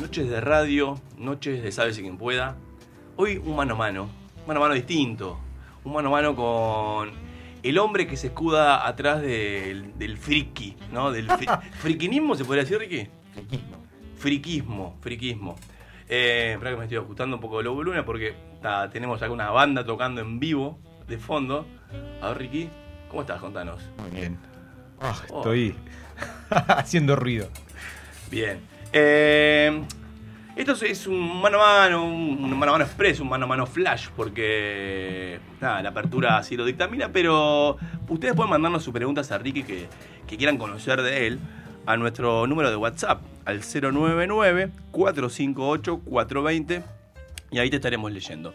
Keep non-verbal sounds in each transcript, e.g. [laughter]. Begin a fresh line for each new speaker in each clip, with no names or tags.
noches de radio, noches de Sabe si quien pueda. Hoy un mano a mano, mano a mano distinto. Un mano a mano con el hombre que se escuda atrás del, del friki, ¿no? Del fri- friquinismo, ¿se podría decir, Ricky? Friquismo, friquismo. Eh, espera que me estoy ajustando un poco los volúmenes porque ta, tenemos acá una banda tocando en vivo, de fondo. A ver, Ricky, ¿cómo estás? Contanos.
Muy bien.
Oh.
estoy [laughs] haciendo ruido.
Bien. Eh, esto es un mano a mano, un mano a mano express, un mano a mano flash, porque nada, la apertura así lo dictamina, pero ustedes pueden mandarnos sus preguntas a Ricky que, que quieran conocer de él a nuestro número de WhatsApp, al 099-458-420, y ahí te estaremos leyendo.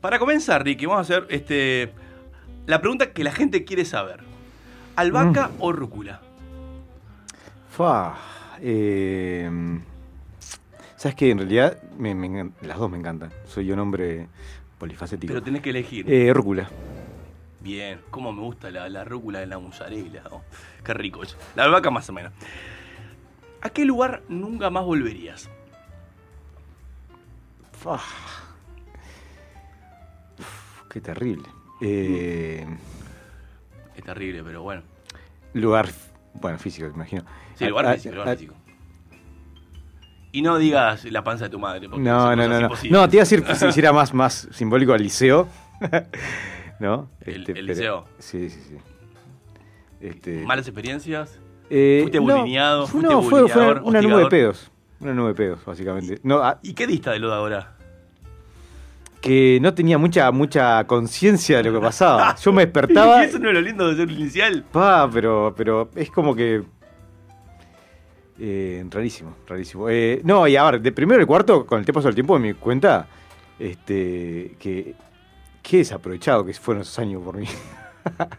Para comenzar, Ricky, vamos a hacer este, la pregunta que la gente quiere saber. ¿Albahaca o rúcula?
Fa. eh, ¿Sabes qué? En realidad, me- me encan- las dos me encantan. Soy un hombre polifacético.
Pero tenés que elegir.
Eh, rúcula.
Bien, cómo me gusta la, la rúcula de la mozzarella. oh, qué rico es. La albahaca más o menos. ¿A qué lugar nunca más volverías?
Fa. Uf, qué terrible. Eh,
Es terrible, pero bueno.
lugar, f- bueno, físico, me imagino. Ah,
Sí,
A-
lugar
a-
físico, lugar
a-
físico. Y no digas la panza de tu madre. porque
No, no,
esa cosa
no,
es
no.
imposible.
No, te iba a decir que si era más, más simbólico al liceo. [laughs] ¿No? Este,
El- el
pero-
liceo.
Sí, sí, sí. Este,
[laughs] Malas experiencias.
eh,
fuiste
no,
bulineado,
fue-
fuiste
No, fue, fue
bulineador,
una nube de
hostigador.
pedos. Una nube de pedos, básicamente. No, ah. a-
¿Y qué dista de lo de ahora?
que no tenía mucha, mucha conciencia de lo que
[laughs]
pasaba. Yo me despertaba.
Y eso no es lo lindo de ser un inicial.
Pa, pero, pero es como que. eh, rarísimo, rarísimo. Eh, no, y a ver, de primero el cuarto, con el paso del tiempo, me di cuenta este, que. Qué desaprovechado que fueron esos años por mí. [laughs]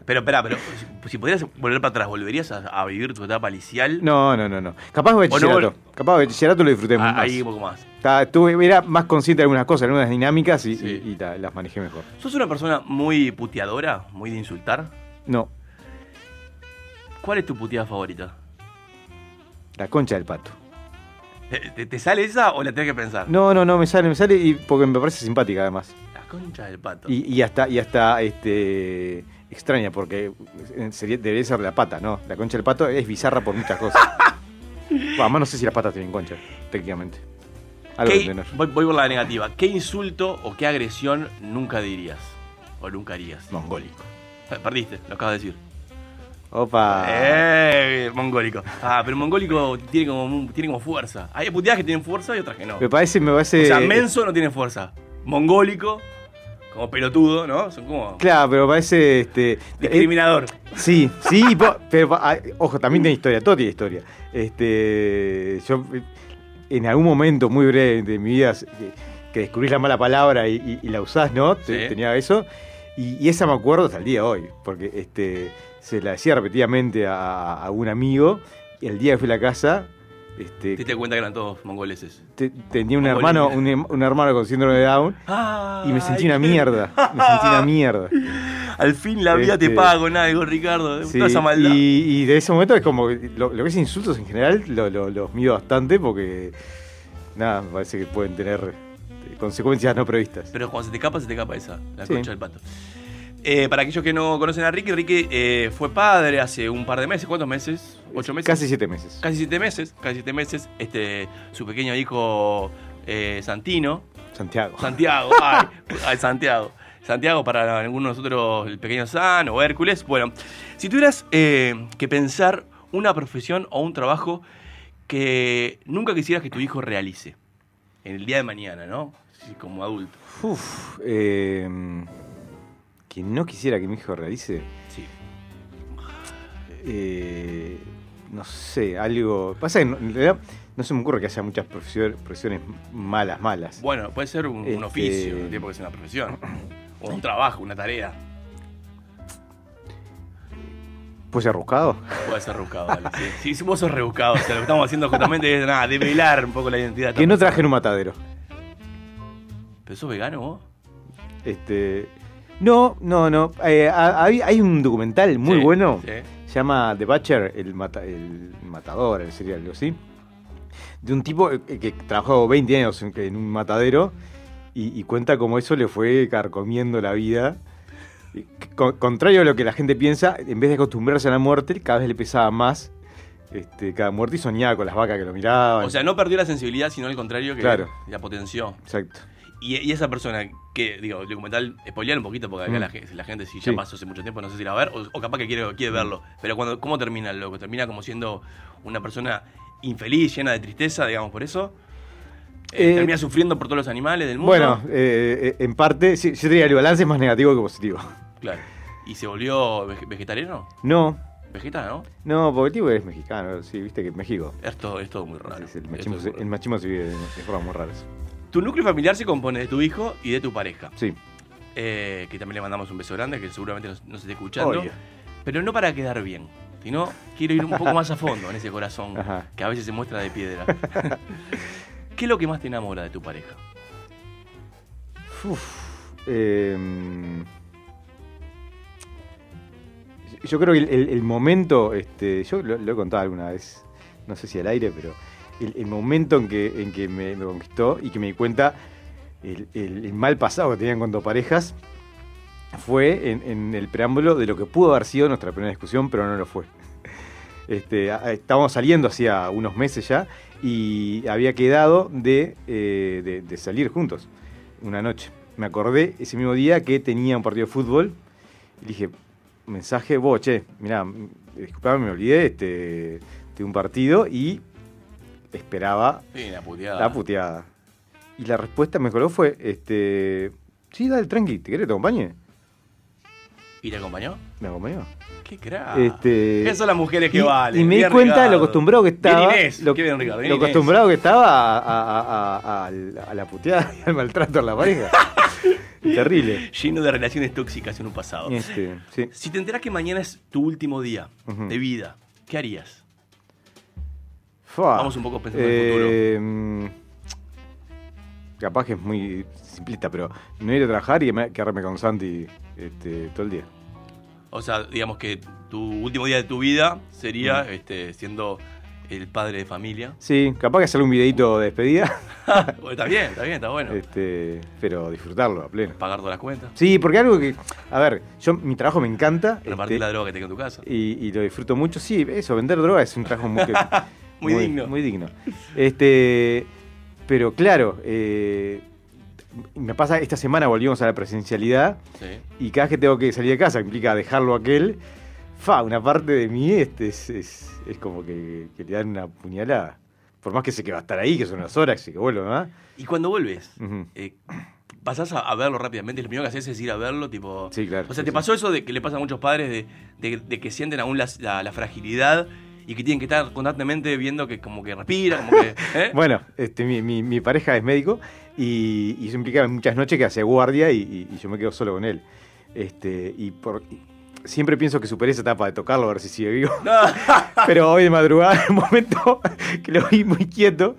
Pero espera, pero si, si pudieras volver para atrás, ¿volverías a, a vivir tu etapa inicial?
No, no, no, no. Capaz bachillerato.
Bueno,
Capaz bachillerato lo disfruté
Ah,
más.
ahí un poco más.
Ta, estuve- era más consciente de algunas cosas, de algunas dinámicas y,
Sí.
y- y ta, las manejé mejor.
¿Sos una persona muy puteadora? ¿Muy de insultar?
No,
¿Cuál es tu puteada favorita?
la concha del pato.
Eh, ¿Te, te sale esa o la tenés que pensar?
No, no, no, me sale, me sale y porque me parece simpática además.
La concha del pato.
Y, y hasta, y hasta este, extraña, porque eh, sería, debería ser la pata, ¿no? La concha del pato es bizarra por muchas
[laughs]
cosas. Bueno, Además, no sé si las patas tienen concha, técnicamente. Algo
¿Qué-
que tener.
voy, voy por la negativa. ¿Qué insulto o qué agresión nunca dirías? O nunca harías.
Mongólico.
Eh, Perdiste, lo acabas de decir.
Opa.
¡Eh! Mongólico. Ah, pero mongólico tiene como, mu- tiene como fuerza. Hay puteadas que tienen fuerza y otras que no.
Me
O
parece, me parece.
sea, menso no tiene fuerza. Mongólico, como pelotudo, ¿no? Son como.
Claro, pero me parece. Este, eh,
Discriminador.
sí, sí, po- pero ah, ojo, también tiene historia, todo tiene historia. Este, yo, eh, en algún momento muy breve de mi vida, se- que, que descubrís la mala palabra y, y- y la usás, ¿no? Te-
Sí.
Tenía eso. Y, y esa me acuerdo hasta el día de hoy, porque este, se la decía repetidamente a, a un amigo. Y el día que fui a la casa, este,
Te diste cuenta que eran todos mongoleses.
te- tenía un
Mongolina.
hermano, un, hem- un hermano con síndrome de Down.
Ah,
Y me sentí una mierda. Me sentí una mierda.
[laughs] Al fin la vida te
Este-
paga con algo, Ricardo.
Sí,
Toda esa maldad.
Y, y de ese momento es como que lo, lo que es insultos en general lo- lo- los mido bastante porque nada, me parece que pueden tener eh, consecuencias no previstas.
Pero cuando se te escapa, se te escapa esa, la
Sí.
concha del pato. Eh, para aquellos que no conocen a Ricky, Ricky eh, fue padre hace un par de meses. ¿Cuántos meses? ¿Ocho meses?
Casi siete meses.
Casi siete meses. Casi siete meses. Este, su pequeño hijo eh, Santino.
Santiago.
Santiago.
[laughs]
ay, ay, Santiago. Santiago, para algunos de nosotros, el pequeño San o Hércules. Bueno, si tuvieras eh, que pensar una profesión o un trabajo que nunca quisieras que tu hijo realice en el día de mañana, ¿no? Sí, Como adulto.
Uf, eh, que no quisiera que mi hijo realice.
Sí.
eh, no sé, algo. Pasa que no, en realidad no se me ocurre que haya muchas profesio- profesiones malas, malas.
Bueno, puede ser un, un
Este-
oficio, no tiene por qué ser una profesión. O un trabajo, una tarea.
¿Puede ser buscado?
Puede ser rebuscado, dale. Sí, sí, vos sos rebuscado. O sea, lo que estamos haciendo justamente es nada, develar un poco la identidad.
Que no traje en un matadero.
¿Pero sos vegano vos?
Este. No, no, no. Eh, ha- hay, hay un documental muy
Sí,
bueno.
sí.
Se llama The Butcher, el, mata- el matador, el serial, algo así. de un tipo eh, que trabajó 20 años en, en un matadero y, y cuenta cómo eso le fue carcomiendo la vida. Y con- contrario a lo que la gente piensa, en vez de acostumbrarse a la muerte, cada vez le pesaba más este, cada muerte y soñaba con las vacas que lo miraban.
O sea, no perdió la sensibilidad, sino al contrario, que
Ah, Claro.
la potenció.
Exacto.
Y, y esa persona que, digo, el documental, spoilear un poquito, porque acá
Mm.
la, ge- la gente, si ya
Sí. Mm.
pasó hace mucho tiempo, no sé si la va a ver, o, o capaz que quiere, quiere verlo. Pero cuando, ¿cómo termina el loco? ¿Termina como siendo una persona infeliz, llena de tristeza, digamos, por eso? Eh,
Eh,
¿Termina sufriendo por todos los animales del mundo?
Bueno, eh, eh, en parte, sí, yo diría, el balance es más negativo que positivo. [laughs]
Claro. ¿Y se volvió vege- vegetariano?
No,
¿Vegeta, no?
no, porque tipo eres mexicano, sí, viste que en México.
Esto es todo muy raro.
es el,
Es
machismo,
todo
se-
muy raro.
el machismo se vive de, de formas muy raras.
Tu núcleo familiar se compone de tu hijo y de tu pareja.
Sí.
eh, que también le mandamos un beso grande, que seguramente nos, nos esté escuchando.
Obvio.
Pero no para quedar bien, sino quiero ir un poco más a fondo en ese corazón
Ajá.
que a veces se muestra
[laughs]
de piedra. ¿Qué es lo que más te enamora de tu pareja?
Eh, yo creo que el, el- el momento, este, yo lo, lo he contado alguna vez, no sé si al aire, pero el, el momento en que, en que me, me conquistó y que me di cuenta el, el- el mal pasado que tenían cuando parejas fue en, en el preámbulo de lo que pudo haber sido nuestra primera discusión, pero no lo fue. [laughs] Este, a- a- estábamos saliendo hacía unos meses ya y había quedado de, eh, de- de salir juntos una noche. Me acordé ese mismo día que tenía un partido de fútbol y dije, mensaje, vos, che, mirá, mm, disculpame, me olvidé, este, tengo un partido y esperaba
Sí, la puteada.
la puteada. Y la respuesta me coló fue, este, sí, dale, tranqui, ¿te querés que te acompañe?
¿Y te acompañó?
Me acompañó.
¡Qué crack!
Este-
Ah, Esas son las mujeres que
y,
valen.
y me di
Bien,
cuenta de lo
Ricardo.
acostumbrado que estaba.
Bien, Inés.
Lo,
Qué bien, Ricardo. Bien,
lo
Inés.
acostumbrado que estaba a, a- a- a- a la- a la puteada y al maltrato a la
[laughs]
pareja. Terrible.
Lleno de relaciones tóxicas en un pasado.
Este, sí.
Si te enteras que mañana es tu último día
Ujú.
de vida, ¿qué harías?
Fua.
Vamos un poco pensando en el futuro.
mm, Capaz que es muy simplista, pero no ir a trabajar y quema- quedarme con Santi este, todo el día.
O sea, digamos que tu último día de tu vida sería
Mm.
este, siendo el padre
[laughs]
de familia.
Sí, capaz que hacerle un videito de
[laughs]
despedida,
Bueno, está bien, está bien, está bueno.
este, pero disfrutarlo a pleno. Este
Pagar todas las cuentas,
Sí, porque algo que. A ver, yo mi trabajo me encanta.
repartir
este,
la droga que tenga en tu casa.
y, y lo disfruto mucho. Sí, eso, vender droga es un trabajo muy, que-
[laughs] Muy digno.
Muy digno. Este, pero claro, eh, me pasa, esta semana volvimos a la presencialidad
Sí.
y cada vez que tengo que salir de casa implica dejarlo a aquel. Fa, una parte de mí este, es, es- es como que, que le dan una puñalada. Por más que sé que va a estar ahí, que son unas horas, y que vuelvo, ¿verdad?
Y cuando vuelves,
Ujú.
eh, pasás a, a verlo rápidamente. Lo primero que haces es ir a verlo, tipo.
Sí, claro,
O sea,
sí,
¿te
sí.
pasó eso de que le pasa a muchos padres de, de- de que sienten aún la, la- la fragilidad y que tienen que estar constantemente viendo que como que respira, como
[laughs]
que. ¿eh?
Bueno, este, mi, mi- mi pareja es médico y, y eso implica muchas noches que hace guardia y, y- y yo me quedo solo con él. Este, y por, siempre pienso que superé esa etapa de tocarlo a ver si sigue vivo.
No.
[laughs] Pero hoy de madrugada, en un momento [laughs] que lo vi muy quieto,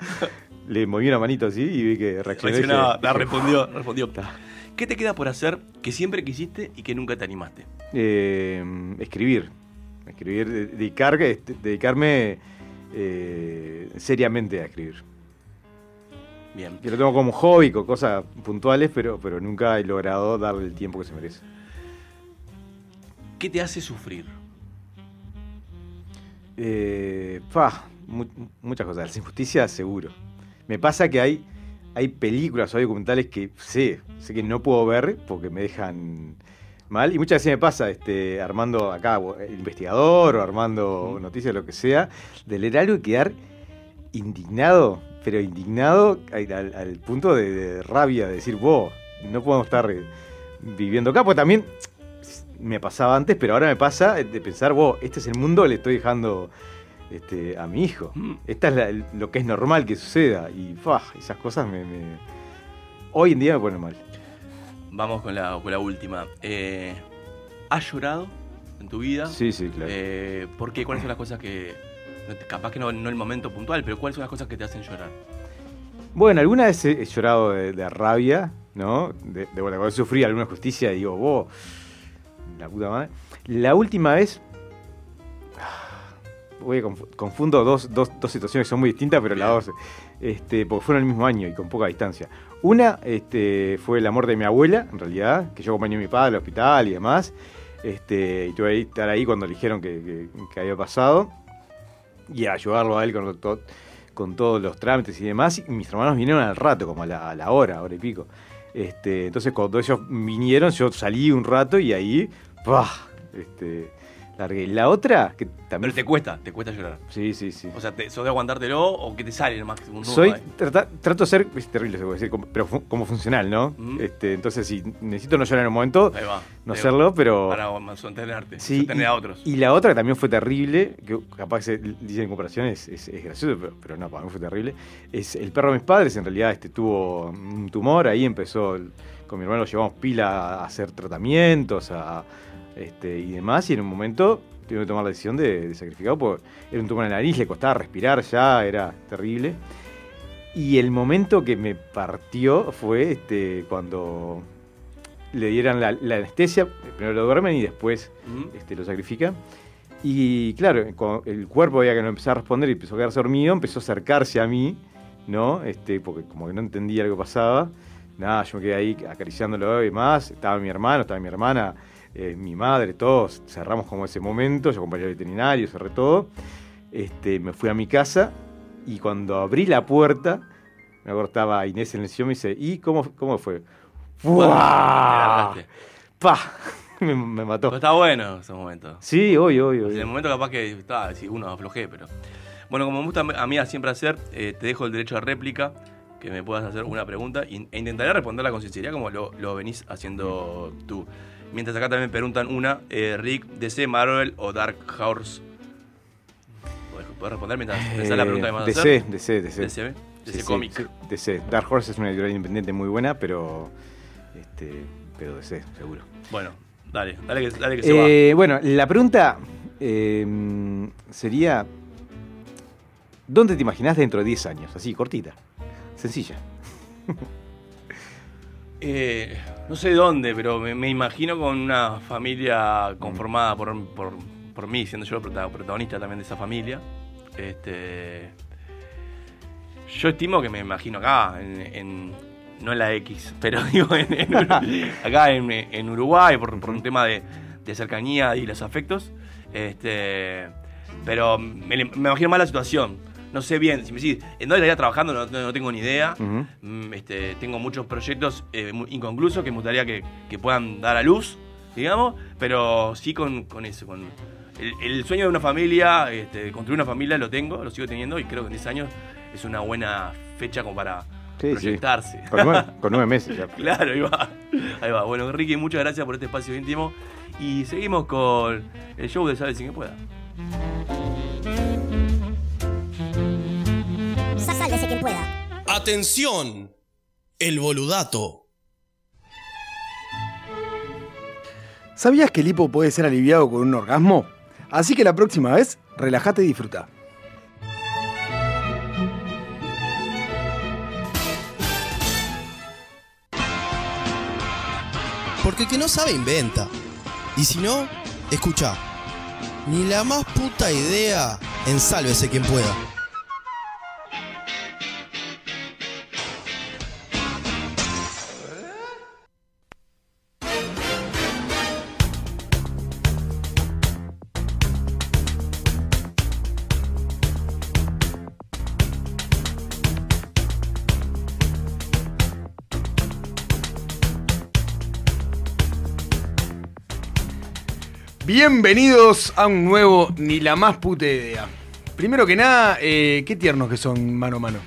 le moví una manito así y vi que reaccionó. y dije-
Reaccionaba, la
dije,
respondió, respondió.
Está.
¿Qué te queda por hacer que siempre quisiste y que nunca te animaste?
eh, escribir. Escribir, de- dedicar, este, dedicarme eh, seriamente a escribir.
Bien.
Que lo tengo como hobby, con cosas puntuales, pero, pero nunca he logrado darle el tiempo que se merece.
¿Qué te hace sufrir?
Eh, pa, mu- muchas cosas. Las injusticias, seguro. Me pasa que hay, hay películas o hay documentales que sé, sé que no puedo ver porque me dejan mal. Y muchas veces me pasa, este, armando acá, o el investigador o armando noticias, lo que sea, de leer algo y quedar indignado, pero indignado al, al- al punto de, de rabia, de decir, vos, no podemos estar eh, viviendo acá, porque también me pasaba antes, pero ahora me pasa de pensar, vos, este es el mundo que le estoy dejando este, a mi hijo.
Mm.
Esta es la- lo que es normal que suceda. Y fa, esas cosas me, me- Hoy en día me ponen mal.
Vamos con la, con la última. Eh, ¿Has llorado en tu vida?
Sí, sí, claro.
Eh, ¿Por qué? ¿Cuáles son las cosas que... no te- Capaz que no, no el momento puntual, pero ¿cuáles son las cosas que te hacen llorar?
Bueno, alguna vez he, he llorado de, de rabia, ¿no? De, de bueno, cuando sufrí alguna justicia, digo, vos, la puta madre. La última vez. ah, voy a conf- confundo dos, dos- dos situaciones que son muy distintas, pero las dos, este, porque fueron el mismo año y con poca distancia. Una este, fue el amor de mi abuela, en realidad, que yo acompañé a mi padre al hospital y demás. Este, y tuve que estar ahí cuando le dijeron que, que- que había pasado y a ayudarlo a él con, to- con todos los trámites y demás. Y mis hermanos vinieron al rato, como a la, a la hora, hora y pico. Este, entonces cuando ellos vinieron, yo salí un rato y ahí, ¡pah! Este, largué. La otra, que
Pero
también...
te cuesta, te cuesta llorar.
Sí, sí, sí.
O sea, te, ¿sos de aguantártelo o que te sale más que un nudo
Soy,
ahí?
trata- trato de ser, es terrible se puede decir, como- pero fu- como funcional, ¿no?
Mm.
Este, entonces, si necesito no llorar en un momento,
Ahí va.
no
Te-
hacerlo, pero...
Para sostenerte,
Sí,
sostener
y,
a otros.
y la otra que también fue terrible, que capaz que se dice en comparación, es, es- es gracioso, pero, pero no, para mí fue terrible. Es el perro de mis padres, en realidad, este tuvo un tumor, ahí empezó, el- con mi hermano lo llevamos pila a hacer tratamientos a, este, y demás, y en un momento tuvimos que tomar la decisión de, de sacrificarlo, porque era un tumor en la nariz, le costaba respirar ya, era terrible. Y el momento que me partió fue este, cuando le dieran la, la anestesia, primero lo duermen y después
¿Mm?
este, lo sacrifica. Y claro, cu- el cuerpo veía que no empezaba a responder y empezó a quedarse dormido, empezó a acercarse a mí, ¿no? Este, porque como que no entendía lo que pasaba. Nada, yo me quedé ahí acariciándolo y más. Estaba mi hermano, estaba mi hermana, eh, mi madre, todos. Cerramos como ese momento, yo acompañé al veterinario, cerré todo. Este, me fui a mi casa y cuando abrí la puerta, me acuerdo, estaba Inés en el sillón y me dice, ¿y cómo, cómo fue? ¡Fua!
Te largaste.
¡Pa! [laughs] Me, me
Pero
mató.
está bueno esos momentos.
Sí, obvio, obvio.
En
obvio.
el momento capaz que está, sí, uno aflojé, pero... Bueno, como me gusta a mí siempre hacer, eh, te dejo el derecho a réplica, que me puedas hacer una pregunta y- e intentaré responderla con sinceridad como lo, lo venís haciendo tú. Mientras acá también preguntan una, eh, Rick, DC, Marvel o Dark Horse. Podés- Podés responder mientras
Eh,
pensás la pregunta que me vas a
DC,
hacer.
DC, DC.
DC, ¿eh?
Sí,
DC
sí,
Comic.
sí, DC. Dark Horse es una editorial independiente muy buena, pero. Este, pero DC, seguro.
Bueno, dale, dale que, dale que se va.
Eh, bueno, la pregunta eh, sería: ¿dónde te imaginás dentro de 10 años? Así, cortita. Sencilla.
Eh, no sé dónde, pero me, me imagino con una familia conformada por, por, por mí, siendo yo el prota- protagonista también de esa familia. Este, yo estimo que me imagino acá, en, en- no en la X, pero [laughs] digo en- en Ur- acá en, en Uruguay, por, por un tema de, de cercanía y los afectos. Este, pero me, me imagino más la situación. No sé bien, si me decís, ¿en dónde estaría trabajando? No, no tengo ni idea.
Ujú.
Mm, este, tengo muchos proyectos eh, mu- inconclusos que me gustaría que, que puedan dar a luz, digamos, pero sí con, con eso, con el, el sueño de una familia, este, de construir una familia lo tengo, lo sigo teniendo y creo que en 10 años es una buena fecha como para
Sí, sí.
proyectarse.
Con nueve, con nueve meses ya.
[laughs] Claro, ahí va. Ahí va. Bueno, Ricky, muchas gracias por este espacio íntimo y seguimos con el show de Sabe Sin Que Pueda.
Sálvese quien pueda.
Atención, el boludato.
¿Sabías que el hipo puede ser aliviado con un orgasmo? Así que la próxima vez, relájate y disfruta.
Porque el que no sabe inventa. Y si no, escucha. Ni la más puta idea, ensálvese quien pueda.
Bienvenidos a un nuevo Ni la más puta idea. Primero que nada, eh, qué tiernos que son mano a [laughs] mano.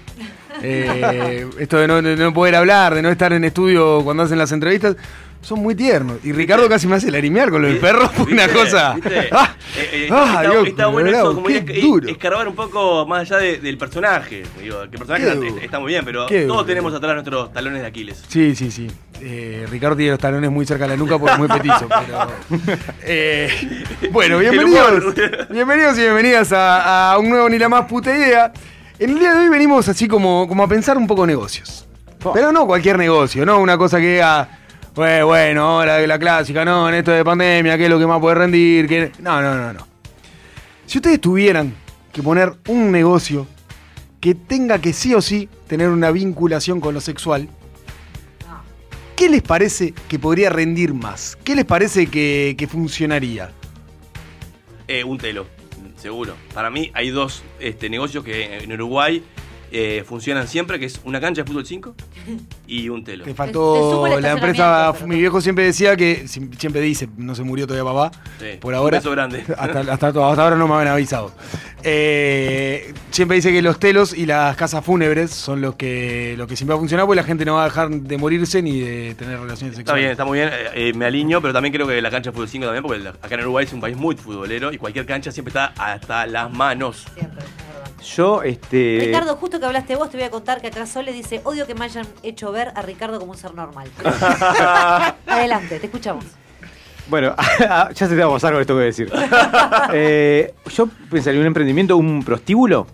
Eh, esto de no, de no poder hablar, de no estar en estudio cuando hacen las entrevistas, son muy tiernos. Y Ricardo casi me hace larimear con lo del perro, [laughs] fue una
¿Viste?
cosa.
[laughs] ¿Viste?
¡Ah!
Eh, eh,
¡Ah,
está,
Dios,
está bueno
Colorado,
eso, como
qué
ir- ir-
duro!
escarbar un poco más allá de- del personaje. Digo, que el personaje
Qué
está,
duro.
está muy bien, pero
Qué
todos
duro.
tenemos atrás nuestros talones de Aquiles.
Sí, sí, sí. Eh, Ricardo tiene los talones muy cerca de la nuca porque es muy
[laughs]
petizo, pero. Eh, bueno,
El
bienvenidos.
humor.
Bienvenidos y bienvenidas a, a un nuevo Ni la más puta idea. En el día de hoy venimos así como, como a pensar un poco negocios. Pero no cualquier negocio, no una cosa que diga. "Bue- Bueno, ahora la clásica, no, en esto de pandemia, ¿qué es lo que más puede rendir? ¿Qué-?" No, no, no, no. Si ustedes tuvieran que poner un negocio que tenga que sí o sí tener una vinculación con lo sexual, ¿qué les parece que podría rendir más? ¿Qué les parece que, que funcionaría?
[laughs] Eh, un telo, seguro. Para mí hay dos este, negocios que en Uruguay eh, funcionan siempre, que es una cancha de fútbol 5 y un telo.
Te
Te- te
faltó
sumo el
la empresa.
estacionamiento, pero-
Mi viejo siempre decía que, si- siempre dice, no se murió todavía papá.
Sí,
Por
un
ahora.
beso grande.
[laughs] Hasta, hasta- hasta ahora no me habían avisado. Eh, siempre dice que los telos y las casas fúnebres son los que, lo que siempre va a funcionar porque la gente no va a dejar de morirse ni de tener relaciones
Está bien,
sexuales.
está muy bien, eh, eh, me aliño, pero también creo que la cancha de fútbol 5 también, porque la- acá en Uruguay es un país muy futbolero y cualquier cancha siempre está hasta las manos.
Siempre, es verdad.
Yo, este.
[laughs]
Ricardo, justo que hablaste vos, te voy a contar que atrás Sole dice, odio que me hayan hecho ver a Ricardo como un ser normal. Adelante, te escuchamos.
Bueno, [laughs] ah, ya se te va a pasar con esto que voy a decir. Eh, yo pensaría en un emprendimiento, un prostíbulo,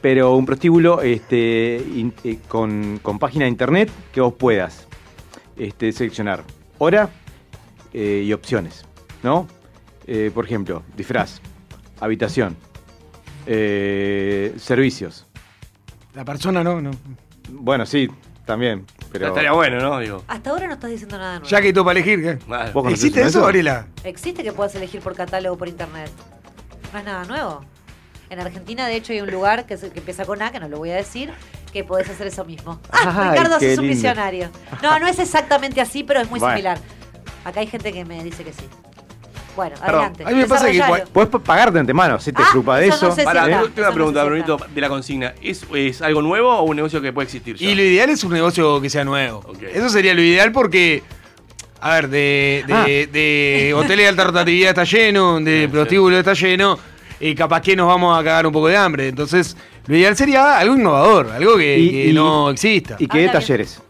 pero un prostíbulo este, in- eh, con, con página de internet que vos puedas este, seleccionar hora eh, y opciones, ¿no? Eh, por ejemplo, disfraz, habitación, eh, servicios.
La persona no, no.
Bueno, sí, también, pero...
Estaría bueno, ¿no? Digo.
Hasta ahora no estás diciendo nada nuevo.
Ya que hay todo para elegir. ¿qué?
Claro.
¿Vos conocés
¿Existe
uno de
eso,
esos?
Gabriela?
Existe que puedas elegir por catálogo por internet. No es nada nuevo. En Argentina, de hecho, hay un lugar que, se- que empieza con A, que no lo voy a decir, que podés hacer eso mismo. Ah,
Ay,
Ricardo,
qué
sos un
lindo.
visionario. No, no es exactamente así, pero es muy
Bueno.
similar. Acá hay gente que me dice que sí. Bueno,
Perdón,
adelante.
a mí me pasa que
Desarrollalo.
cua-
Puedes pagar de antemano, si te
Ah,
preocupa de
eso no
eso.
sé si
Para,
está,
tengo
eso
una
no
pregunta,
sé si
Brunito,
está.
de la consigna. ¿Es, ¿Es algo nuevo o un negocio que puede existir ya?
Y lo ideal es un negocio que sea nuevo.
Ok.
Eso sería lo ideal porque, a ver, de, de,
Ah.
de hoteles de alta rotatividad está lleno, de
Sí,
prostíbulos está lleno, y capaz que nos vamos a cagar un poco de hambre. Entonces, lo ideal sería algo innovador, algo que,
Y-
que
y-
no exista.
Y que de
Habla bien.
talleres.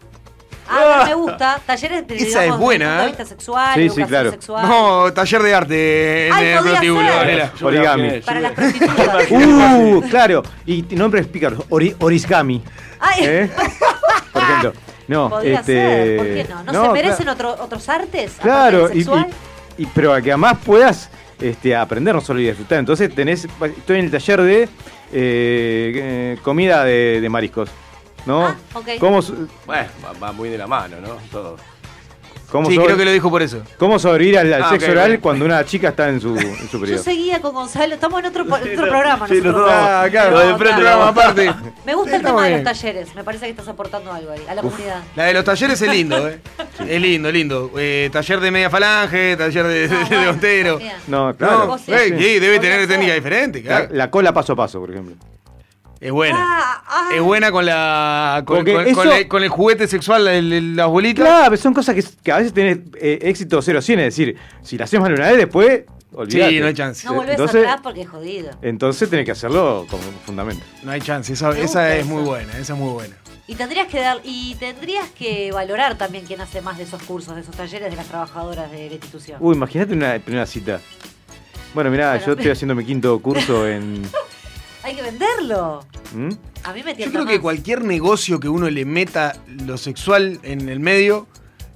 Ah, no me gusta. Talleres de,
Esa
digamos,
es buena,
desde el punto de
¿eh?
vista sexual,
Sí, sí,
educación
claro.
sexual.
no, taller de arte en
Ay,
el
podría
prostíbulo,
ser.
Gabriela.
Yo creo
Origami.
que-
Para
yo-
las
[laughs]
prostitutas.
Uh, claro. Y t- nombres pícaros. Ori- orisgami.
Ay,
¿eh? Por ejemplo. No,
podría
este.
ser. ¿Por qué no? ¿No, se merecen
cla-
otro- otros artes? aparte
Claro,
del
y,
sexual?
y- y- pero a que además puedas este, aprender, no solo y disfrutar. Entonces tenés. Estoy en el taller de eh, eh, comida de, de mariscos. ¿No?
Ah, ok.
¿Cómo, so-
Bueno, va, va muy de la mano, ¿no? Todo.
cómo,
Sí,
sobre-
creo que lo dijo por eso.
cómo sobrevivir al, al
Ah,
sexo
ok,
oral
bueno.
cuando una chica está en su, en su
Yo
periodo?
seguía con Gonzalo, estamos en otro, po- otro programa.
sí,
nosotros.
los dos. Ah, claro,
No,
lo de frente,
claro.
vamos
aparte.
Me gusta el
Está
tema de los
bien.
talleres, me parece que estás aportando algo ahí, a la comunidad.
La de los talleres es lindo,
[laughs]
¿eh? Es lindo, es lindo. Eh, taller de media falange, taller de, [laughs] de-
Ah,
de
bueno,
ontero.
también.
No,
No,
claro.
vos sí.
eh,
Sí.
sí, debe
Podría
tener
ser.
técnica diferente,
La,
claro.
la cola paso a paso, por ejemplo.
Es buena.
Ah, ah.
Es buena con la. con,
Porque
con- con
eso-
la- con el juguete sexual, el, el- las bolitas.
Claro, pero son cosas que, que a veces tenés eh, éxito 0 100, es decir, si la haces mal una vez después, olvidate.
Sí, no hay chance.
No volvés
Entonces-
atrás porque es jodido.
Entonces tenés que hacerlo con fundamento.
No hay chance. Esa, esa
Me gusta
es
eso.
muy buena, esa es muy buena.
Y tendrías que dar, y tendrías que valorar también quién hace más de esos cursos, de esos talleres de las trabajadoras de la institución.
Uy, imagínate una primera cita. Bueno, mirá,
Bueno,
yo
me-
estoy haciendo mi quinto curso en.
Hay que venderlo. [laughs]
¿Mm?
A mí me tienta
Yo creo que
más.
cualquier negocio que uno le meta lo sexual en el medio,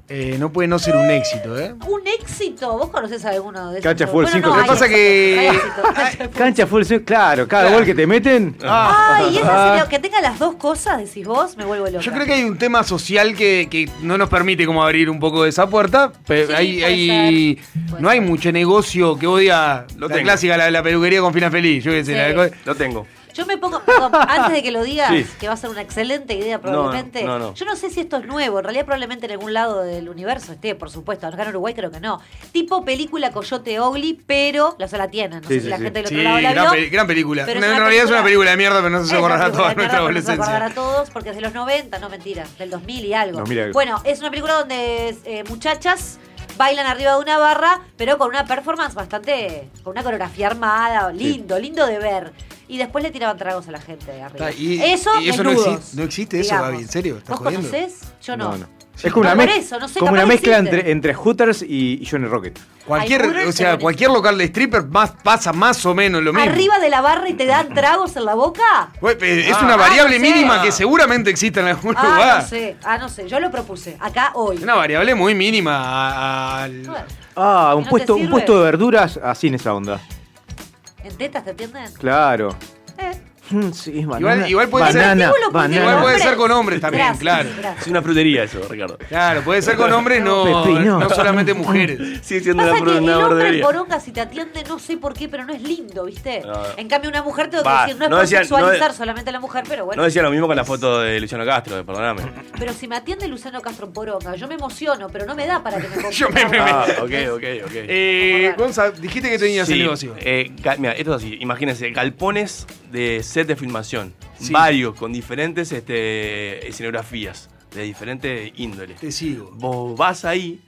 eh, no puede no ser un éxito, ¿eh?
Un éxito. ¿Vos conocés a alguno de esos?
Cancha
chavos?
Fútbol cinco. Lo
hay
que pasa
éxito,
que-
hay éxito, cancha de fútbol.
Cancha fútbol, sí, claro, cada gol que te meten.
Ah.
Ay, y esa
[laughs]
sería, que tenga las dos cosas, decís vos, me vuelvo loca.
Yo creo que hay un tema social que, que no nos permite como abrir un poco esa puerta. Pero
Sí,
hay,
puede
hay-
ser. Puede
no hay
ser.
mucho negocio que odia
Lo
la
tengo.
clásica, la, la peluquería con fina feliz. Yo qué sé,
Sí.
la co-
Lo tengo.
Yo me pongo, perdón, antes de que lo digas,
Sí.
que va a ser una excelente idea probablemente.
no, no.
Yo no sé si esto es nuevo, en realidad probablemente en algún lado del universo esté, por supuesto. Acá en Uruguay creo que no. Tipo película Coyote Ogli, pero, o sea, la tienen, no
Sí,
sé
sí,
si la
sí.
gente del otro
Sí,
lado la
gran,
vio.
peli- gran película.
Pero
No,
es
en
una
realidad es una película
película-
de mierda, pero no se
Es
acordará
una
a
película
toda
de
nuestra
mierda, pero Nos
adolescencia.
acordará a todos porque es de los 90, no mentira, del 2000 y algo.
2000 y algo.
Bueno, es una película donde eh, muchachas bailan arriba de una barra, pero con una performance bastante, con una coreografía armada, lindo, lindo de ver. Y después le tiraban tragos a la gente arriba.
Está, y-
eso,
y eso no
desnudos,
existe- no existe eso,
digamos.
Gaby, ¿en serio? ¿Estás
¿Vos
jodiendo?
conocés? Yo no.
Es como
No,
una,
por
mez-
eso, no sé,
como
capaz
una mezcla
existe.
entre, entre Hooters y Johnny Rocket.
Hay
Cualquier,
puros
o sea,
terroristas.
cualquier local de stripper más, pasa más o menos lo mismo.
Arriba de la barra y te dan tragos en la boca.
Güey, eh, Es
Ah,
una
ah,
variable
no sé.
mínima que seguramente existe en algún
Ah,
lugar.
no sé, ah, no sé. Yo lo propuse, acá hoy.
Una variable muy mínima a- al-
Bueno,
Ah,
¿No
un,
te
puesto, un
sirve?
puesto de verduras así en esa onda.
¿En tetas te atienden?
Claro. Mm, Sí, es banana.
Igual- igual puede ser-
banana,
Vestíbulo con
banana.
Igual puede
Hombres.
ser con hombres también,
Gracias,
claro.
gracias.
Es una frutería eso, Ricardo.
Claro, puede ser con hombres, no,
Pepino.
no solamente mujeres.
[laughs] Sigue siendo
Pasa
una,
que
fru-
el
una
hombre
verdulería.
poronga si te atiende, no sé por qué, pero no es lindo, ¿viste?
No.
En cambio, una mujer tengo que
Va,
decir, no es
no
por
decía- no
sexualizar
de-
solamente a la mujer, pero bueno.
No decía lo mismo con la foto de Luciano Castro, eh, perdóname.
Pero si me atiende Luciano Castro en poronga, yo me emociono, pero no me da para que
[laughs]
me
[laughs] Yo me- me-
Ah, ok, ok, ok.
Eh, Gonza, dijiste que tenías
Sí,
el negocio.
eh, ga- mira, esto es así. Imagínense, galpones de set de filmación.
Sí.
Varios, con diferentes este, escenografías, de diferentes índoles.
Te sigo.
Vos vas ahí,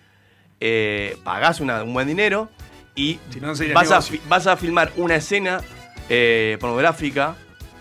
eh, pagás una- un buen dinero y
Si no, no sería
vas, a,
negocio.
fi- vas a filmar una escena eh, pornográfica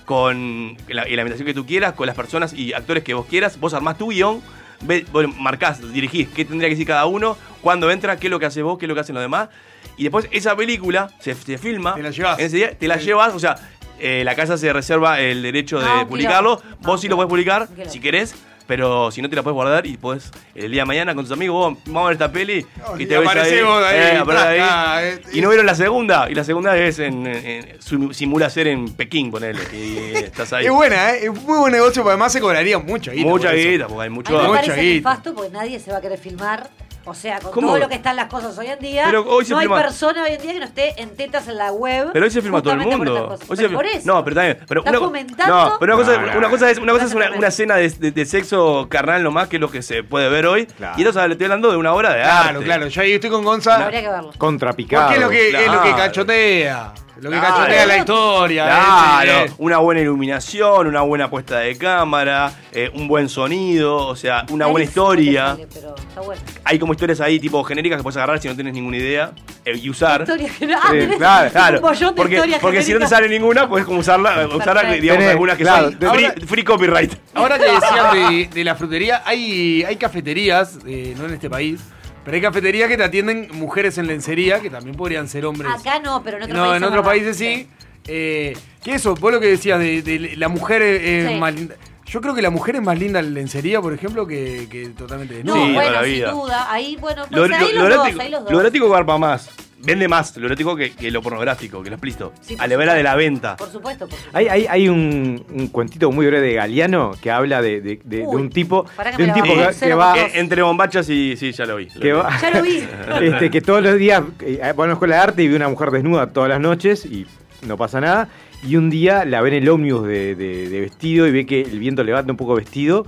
con la, y la ambientación que tú quieras, con las personas y actores que vos quieras. Vos armás tu guión, ve- vos marcás, dirigís qué tendría que decir cada uno, cuándo entra, qué es lo que hace vos, qué es lo que hacen los demás. Y después esa película se, se filma.
Te la llevás.
en ese día te la llevas, o sea, eh, la casa se reserva el derecho
Ah,
de
un
publicarlo.
quilombo. Ah,
Vos sí lo
un
podés publicar,
quilombo.
si querés. Pero si no te la puedes guardar y podés el día de mañana con tus amigos, vos, vamos a ver esta peli
No,
y
y
te ves
aparecés
ahí,
vos ahí,
eh, aparecés
ta,
ahí.
ta, eh,
y no vieron la segunda, y la segunda es en, en- su- simula ser en Pekín, ponele,
[laughs]
y estás ahí.
Es buena, ¿eh? Es muy buen negocio, porque además se cobraría mucha guita.
Mucha
por eso.
guita, porque hay
A mí
mucho...
me
Mucha
parece
guita.
nefasto porque nadie se va a querer filmar. O sea, con
¿Cómo?
todo lo que están las cosas hoy en día,
Pero hoy se
no hay
filma-
persona hoy en día que no esté en tetas en la web.
Pero hoy se firma todo el
justamente por
mundo.
estas cosas.
Hoy se
Pero
fir-
por eso.
No, pero también. Pero
Está
una, co-
fomentando-
no, pero una cosa,
No, no.
una cosa es, una, cosa es una,
Exactamente.
una cena de, de- de sexo carnal nomás que es lo que se puede ver hoy.
Claro.
Y entonces le estoy hablando de una hora de
Claro,
arte.
claro. Yo ahí estoy con
Ah.
Gonza.
Habría que verlo.
Contrapicado.
Porque es lo que, es lo que
Claro.
cachotea. Lo que
Claro.
cachotea la historia.
Claro,
¿eh?
una buena iluminación, una buena puesta de cámara, eh, un buen sonido, o sea, una buena
Carísimo te
historia.
sale, pero está bueno.
Hay como historias ahí tipo genéricas que puedes agarrar si no tienes ninguna idea eh, y usar.
Historia general. Ah,
Sí,
tenés
claro,
un
Claro,
mollón de
porque,
historias
porque si no te
genéricas.
sale ninguna, puedes como usarla, eh, usarla
Perfecto.
digamos,
Tenés,
algunas que
claro,
son
de-
free,
ahora-
free copyright.
Ahora que decían
Pues
de, de la frutería, hay, hay cafeterías, eh, no en este país, pero hay cafeterías que te atienden mujeres en lencería, que también podrían ser hombres.
Acá no, pero Ah, en otros
No,
países.
en otros
más.
países sí. Eh, que eso, vos lo que decías de, de la mujer es
Sí.
más linda. Yo creo que la mujer es más linda en lencería, por ejemplo, que, que totalmente
No,
Sí,
desnuda.
toda
bueno,
la
sin
vida.
duda. Ahí, bueno, pues,
Lo,
ahí,
lo-
los
lo
dos,
erótico-
ahí los dos.
lo erótico garpa más. Vende más lo erótico que, que lo pornográfico, que lo explícito.
Sí, por
a la vera de la venta.
Por supuesto, por supuesto.
Hay, hay, hay un, un cuentito muy breve de Galeano que habla de, de- de- de
Uy,
un tipo,
pará que
de
me
un
la
tipo
bajé,
que,
cero
que va,
punto
Eh, entre bombachas y sí, ya lo vi. lo
que
vi.
va-
Ya
[laughs]
lo vi.
este, que todos los días eh, va a la escuela de arte y ve una mujer desnuda todas las noches y no pasa nada. Y un día la ve en el ómnibus de, de- de vestido y ve que el viento levanta un poco vestido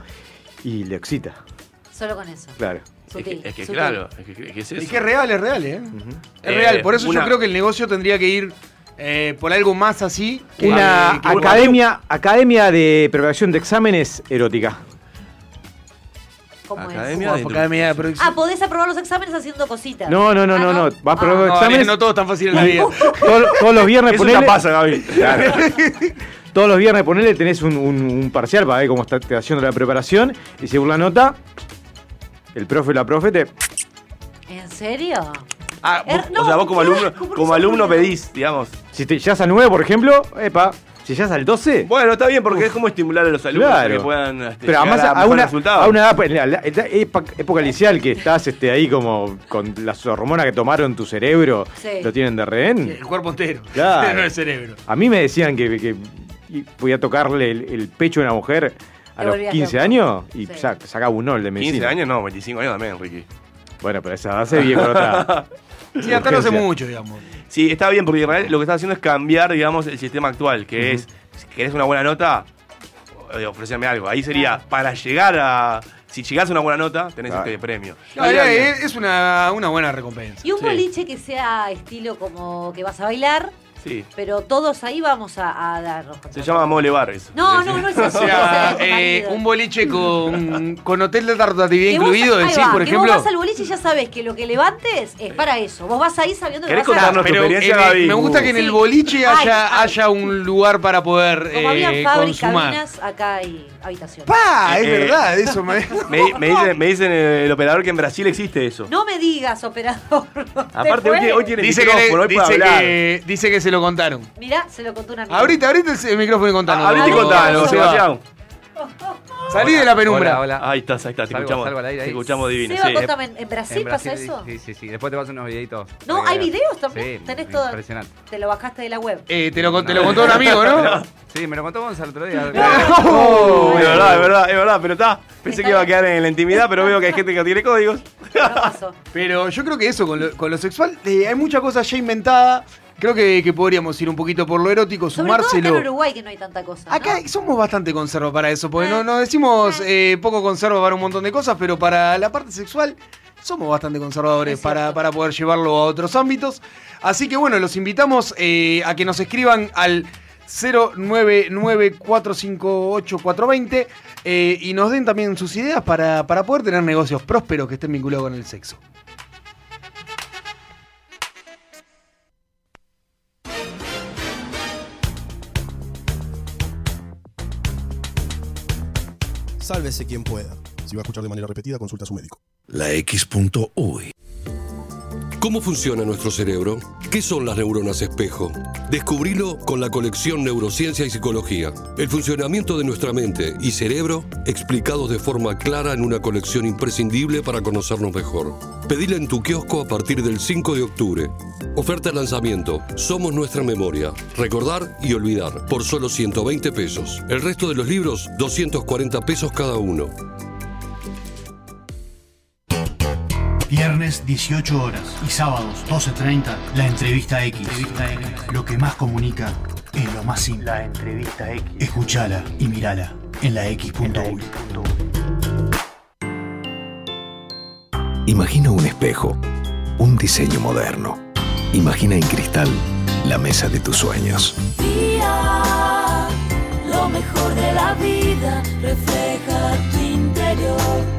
y le excita.
Solo con eso.
Claro.
Es
Sutil,
que, es que
sutil.
claro, es que, es que es eso.
Es que es real, es real, ¿eh? Es
Eh,
real. Por eso
una-
yo creo que el negocio tendría que ir eh, por algo más así. que-
Una
que- que-
academia, academia de preparación de exámenes erótica.
¿Cómo es?
Academia de-
Academia de producción.
Ah, podés aprobar los exámenes haciendo cositas.
No, no, no,
Ah,
no, no. Va a probar
No,
exámenes.
no todo es tan fácil en la vida.
[laughs] Todos, todos los viernes
[laughs] Eso
ponele-
ya pasa, Gaby.
[laughs] Todos los viernes ponele, tenés un, un- un parcial para ver cómo está te haciendo la preparación. Y según la nota, el profe o la profe te.
¿En serio?
Ah, vos-
Er- no,
o sea, vos como
qué
alumno,
asco, ¿por qué
como
sos
alumno
boludo?
pedís, digamos.
Si te llegas al 9, por ejemplo, epa. Si llegas al 12.
Bueno, está bien, porque es como estimular a los alumnos a
Claro.
que puedan este,
pero además
llegar
a,
mejores
una,
resultados.
a una edad, pues, en la- la- en la epa- época inicial que estás este, ahí como con las hormonas que tomaron tu cerebro,
Sí.
lo tienen de rehén.
El cuerpo entero.
Claro.
[laughs] no el cerebro.
A mí me decían que, que podía tocarle el, el pecho a una mujer a
Te
los
volvías
15
loco.
años y
Sí.
sa- sacaba un nol de
15
medicina.
años, no, 25 años también, Ricky.
Bueno, pero esa base bien otra.
Sí, hasta no hace
Urgencia.
mucho, digamos.
[laughs] Sí, está bien, porque en realidad lo que está haciendo es cambiar, digamos, el sistema actual, que es, si querés una buena nota, eh, ofreceme algo. Ahí sería, para llegar a... Si llegás a una buena nota, tenés
Claro.
este premio.
No,
Ahí eh,
era-
había-
es es una, una buena recompensa.
Y un
Sí.
boliche que sea estilo como que vas a bailar,
Sí,
pero todos ahí vamos a, a darnos.
se llama Mole Bar eso.
No, no,
[laughs]
no es
O
eso.
sea,
es
eh,
válido.
un boliche con, con hotel de tartatividad
Que vos-
incluido,
ahí
decís,
va,
por
que Vos
ejemplo.
vas al boliche y ya sabes que lo que levantes es para eso. Vos vas ahí sabiendo que
¿Querés
vas a...
contarnos tu
Pero
experiencia,
en el-
Gaby?
me gusta que en el boliche
Sí.
haya,
Ay, ay.
haya un lugar para poder
Como había
eh,
fábricas,
consumar.
cabinas, acá hay habitaciones.
Ah,
¡Pa!
Eh,
eso me.
[laughs] Me, me dicen, me dicen eh, el operador que en Brasil existe eso.
No me digas, operador. [laughs]
Aparte, hoy, tiene- hoy tiene
Dice que, le-
micrófono, hoy puede
dice,
hablar.
que, dice que se lo contaron.
Mirá, se lo contó una amiga.
Ahorita, ahorita el micrófono y contanos.
Ah, Ahorita
contanos,
contanos,
Sebastián.
Sebastián.
Salí de la penumbra.
Hola, hola.
Ahí estás, ahí estás. Te
Salgo-
escuchamos,
salgo al aire
te
ahí.
escuchamos divino.
Seba,
sí.
contame, ¿en, Brasil
En
pasa
Brasil,
eso?
Sí, sí, sí. Después te paso unos videitos.
No,
Para
hay
que veas.
videos también.
Sí,
Tenés todo.
impresionante.
Te lo bajaste de la web.
Eh, te, lo, con- te lo contó un amigo, ¿no?
Sí, me lo contó Gonzalo el otro día.
[laughs]
Oh, es verdad, es verdad, es verdad, pero está. Pensé que iba a quedar en la intimidad, pero veo que hay gente que tiene códigos.
No pasó.
Pero yo creo que eso, con lo, con lo sexual, eh, hay mucha cosa ya inventada. Creo que, que podríamos ir un poquito por lo erótico,
Sobre todo acá en
sumárselo.
Uruguay que no hay tanta cosa. ¿no?
Acá somos bastante conservos para eso, porque
Ah.
no, no decimos eh, poco conservos para un montón de cosas, pero para la parte sexual somos bastante conservadores
Es cierto.
para, para poder llevarlo a otros ámbitos. Así que bueno, los invitamos eh, a que nos escriban al 099458420 eh, y nos den también sus ideas para, para poder tener negocios prósperos que estén vinculados con el sexo.
Sálvese quien pueda. Si va a escuchar de manera repetida, consulta a su médico.
La X.UI. ¿Cómo funciona nuestro cerebro? ¿Qué son las neuronas espejo? Descubrilo con la colección Neurociencia y Psicología. El funcionamiento de nuestra mente y cerebro explicados de forma clara en una colección imprescindible para conocernos mejor. Pedila en tu kiosco a partir del 5 de octubre. Oferta de lanzamiento. Somos nuestra memoria. Recordar y olvidar. Por solo 120 pesos. El resto de los libros, 240 pesos cada uno.
Viernes 18 horas y sábados 12.30 la entrevista X. Lo que más comunica es lo más simple. La entrevista X. Escuchala y mirala en la X.U.
Imagina un espejo, un diseño moderno. Imagina en cristal la mesa de tus sueños.
Lo mejor de la vida refleja tu interior.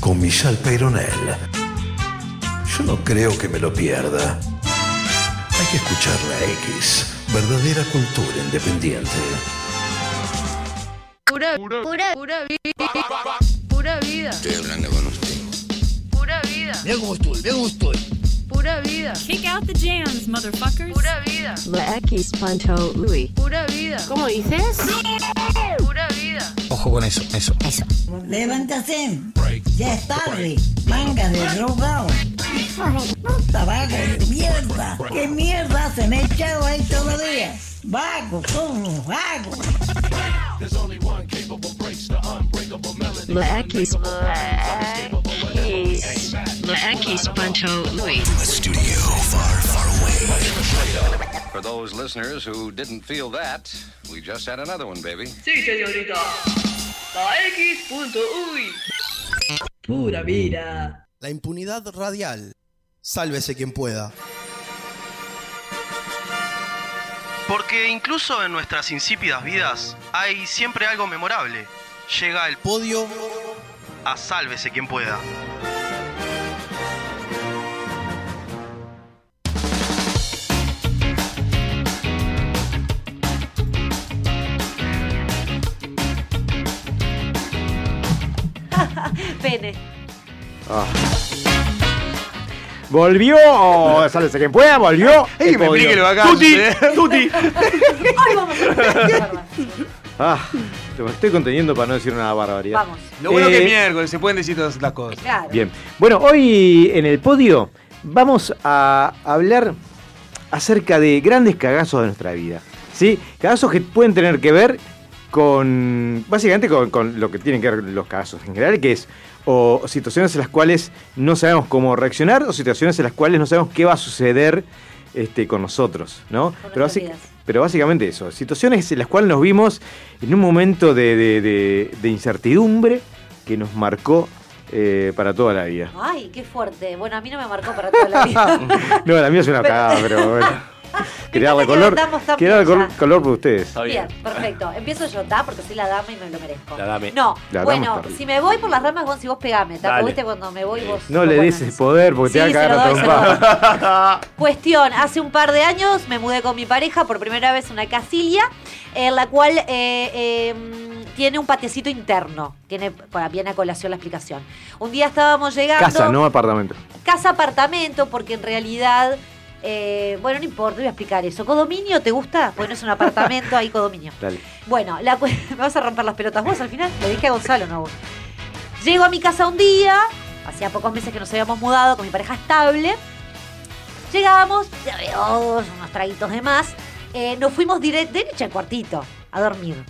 Con Michelle Peronel. Yo no creo que me lo pierda. Hay que escuchar la X. Verdadera cultura independiente.
Pura, pura, pura vida. Pura vida. Estoy hablando con usted. Pura vida. Mira cómo estoy, mira cómo estoy. Pura vida. Kick out the jams, motherfuckers. Pura vida. La X Panto Louis. Pura vida. ¿Cómo dices? Pura vida.
Ojo con eso, eso.
Levántate. Ya es tarde. Manga de drogado. Puta vago de mierda. ¿Qué mierda se me echado ahí todavía? Vago, como vago. La X. La X Pancho Luis.
For those listeners who didn't feel that, we just had another one, baby.
Sí, señorita. La X.uy. Pura vida.
La impunidad radial. Sálvese quien pueda.
Porque incluso en nuestras insípidas vidas hay siempre algo memorable. Llega el
Podio.
a sálvese quien pueda.
[laughs] Pene. [laughs]
Ah. Volvió, Oh, sálvese quien pueda, volvió.
¡Ey, que me
Podio.
explique lo acá!
¡Tuti!
Hoy vamos a hablar de
Ah, me estoy conteniendo para no decir una barbaridad.
Vamos.
Lo bueno que es
Eh,
miércoles, se pueden decir todas las cosas.
Claro.
Bien. Bueno, hoy en el podio vamos a hablar acerca de grandes cagazos de nuestra vida. ¿Sí? Cagazos que pueden tener que ver con. básicamente con, con lo que tienen que ver los cagazos en general, que es o situaciones en las cuales no sabemos cómo reaccionar, o situaciones en las cuales no sabemos qué va a suceder este, con nosotros, ¿no? Pero,
nuestras
basi-
vidas.
pero básicamente eso, situaciones en las cuales nos vimos en un momento de, de- de- de incertidumbre que nos marcó eh, para toda la
[laughs]
vida.
Ay, qué fuerte. Bueno, a mí no me marcó para toda
[laughs]
la vida.
No, la mía es una cagada, pero
[laughs]
bueno. Quería darle
que
color,
levantamos tan
quería darle
bien
col- color por ustedes.
Bien, perfecto. Empiezo yo, ¿tá? Porque soy la dama y me lo merezco.
La dame.
No,
La dama
bueno,
está rica.
si me voy por las ramas, vos si vos pegame, ¿tá? Porque
Dale.
viste cuando me voy vos.
No le des ese poder porque te
Sí,
va a
se lo
cagar a
doy, se
trompada.
[laughs]
Ah.
Cuestión, hace un par de años me mudé con mi pareja por primera vez a una casilla, en la cual eh, eh, tiene un patiecito interno. Tiene, para bien a colación la explicación. Un día estábamos llegando
Casa, no apartamento.
casa apartamento, porque en realidad, eh, bueno, no importa, voy a explicar eso. ¿Codominio te gusta? Bueno, es un apartamento, ahí codominio.
Dale.
Bueno, la cu- [laughs] me vas a romper las pelotas vos al final, le dije a Gonzalo, no a vos. Llego a mi casa un día, hacía pocos meses que nos habíamos mudado con mi pareja estable. Llegamos, ya veo, unos traguitos de más. Eh, nos fuimos dire- derecha al cuartito, a dormir.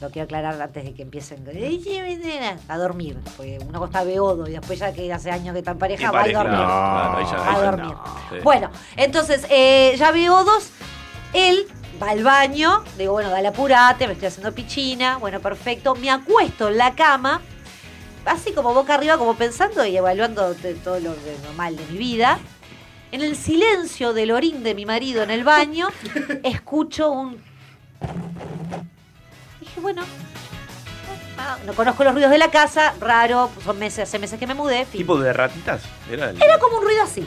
Lo quiero aclarar antes de que empiecen. "Ay, sí, nena", A dormir. Porque uno está beodo y después ya que hace años que está en pareja, va a dormir. Va a dormir. Bueno, entonces, eh, ya veo dos. Él va al baño. Digo, bueno, dale apurate, me estoy haciendo pichina. Bueno, perfecto. Me acuesto en la cama. Así como boca arriba, como pensando y evaluando de- todo lo de- normal de mi vida. En el silencio del orín de mi marido en el
[laughs]
baño, escucho un... Dije, bueno... ah, No conozco los ruidos de la casa, raro, son meses, hace meses que me mudé. fin.
Tipo de ratitas. Era el-
Era como un ruido así.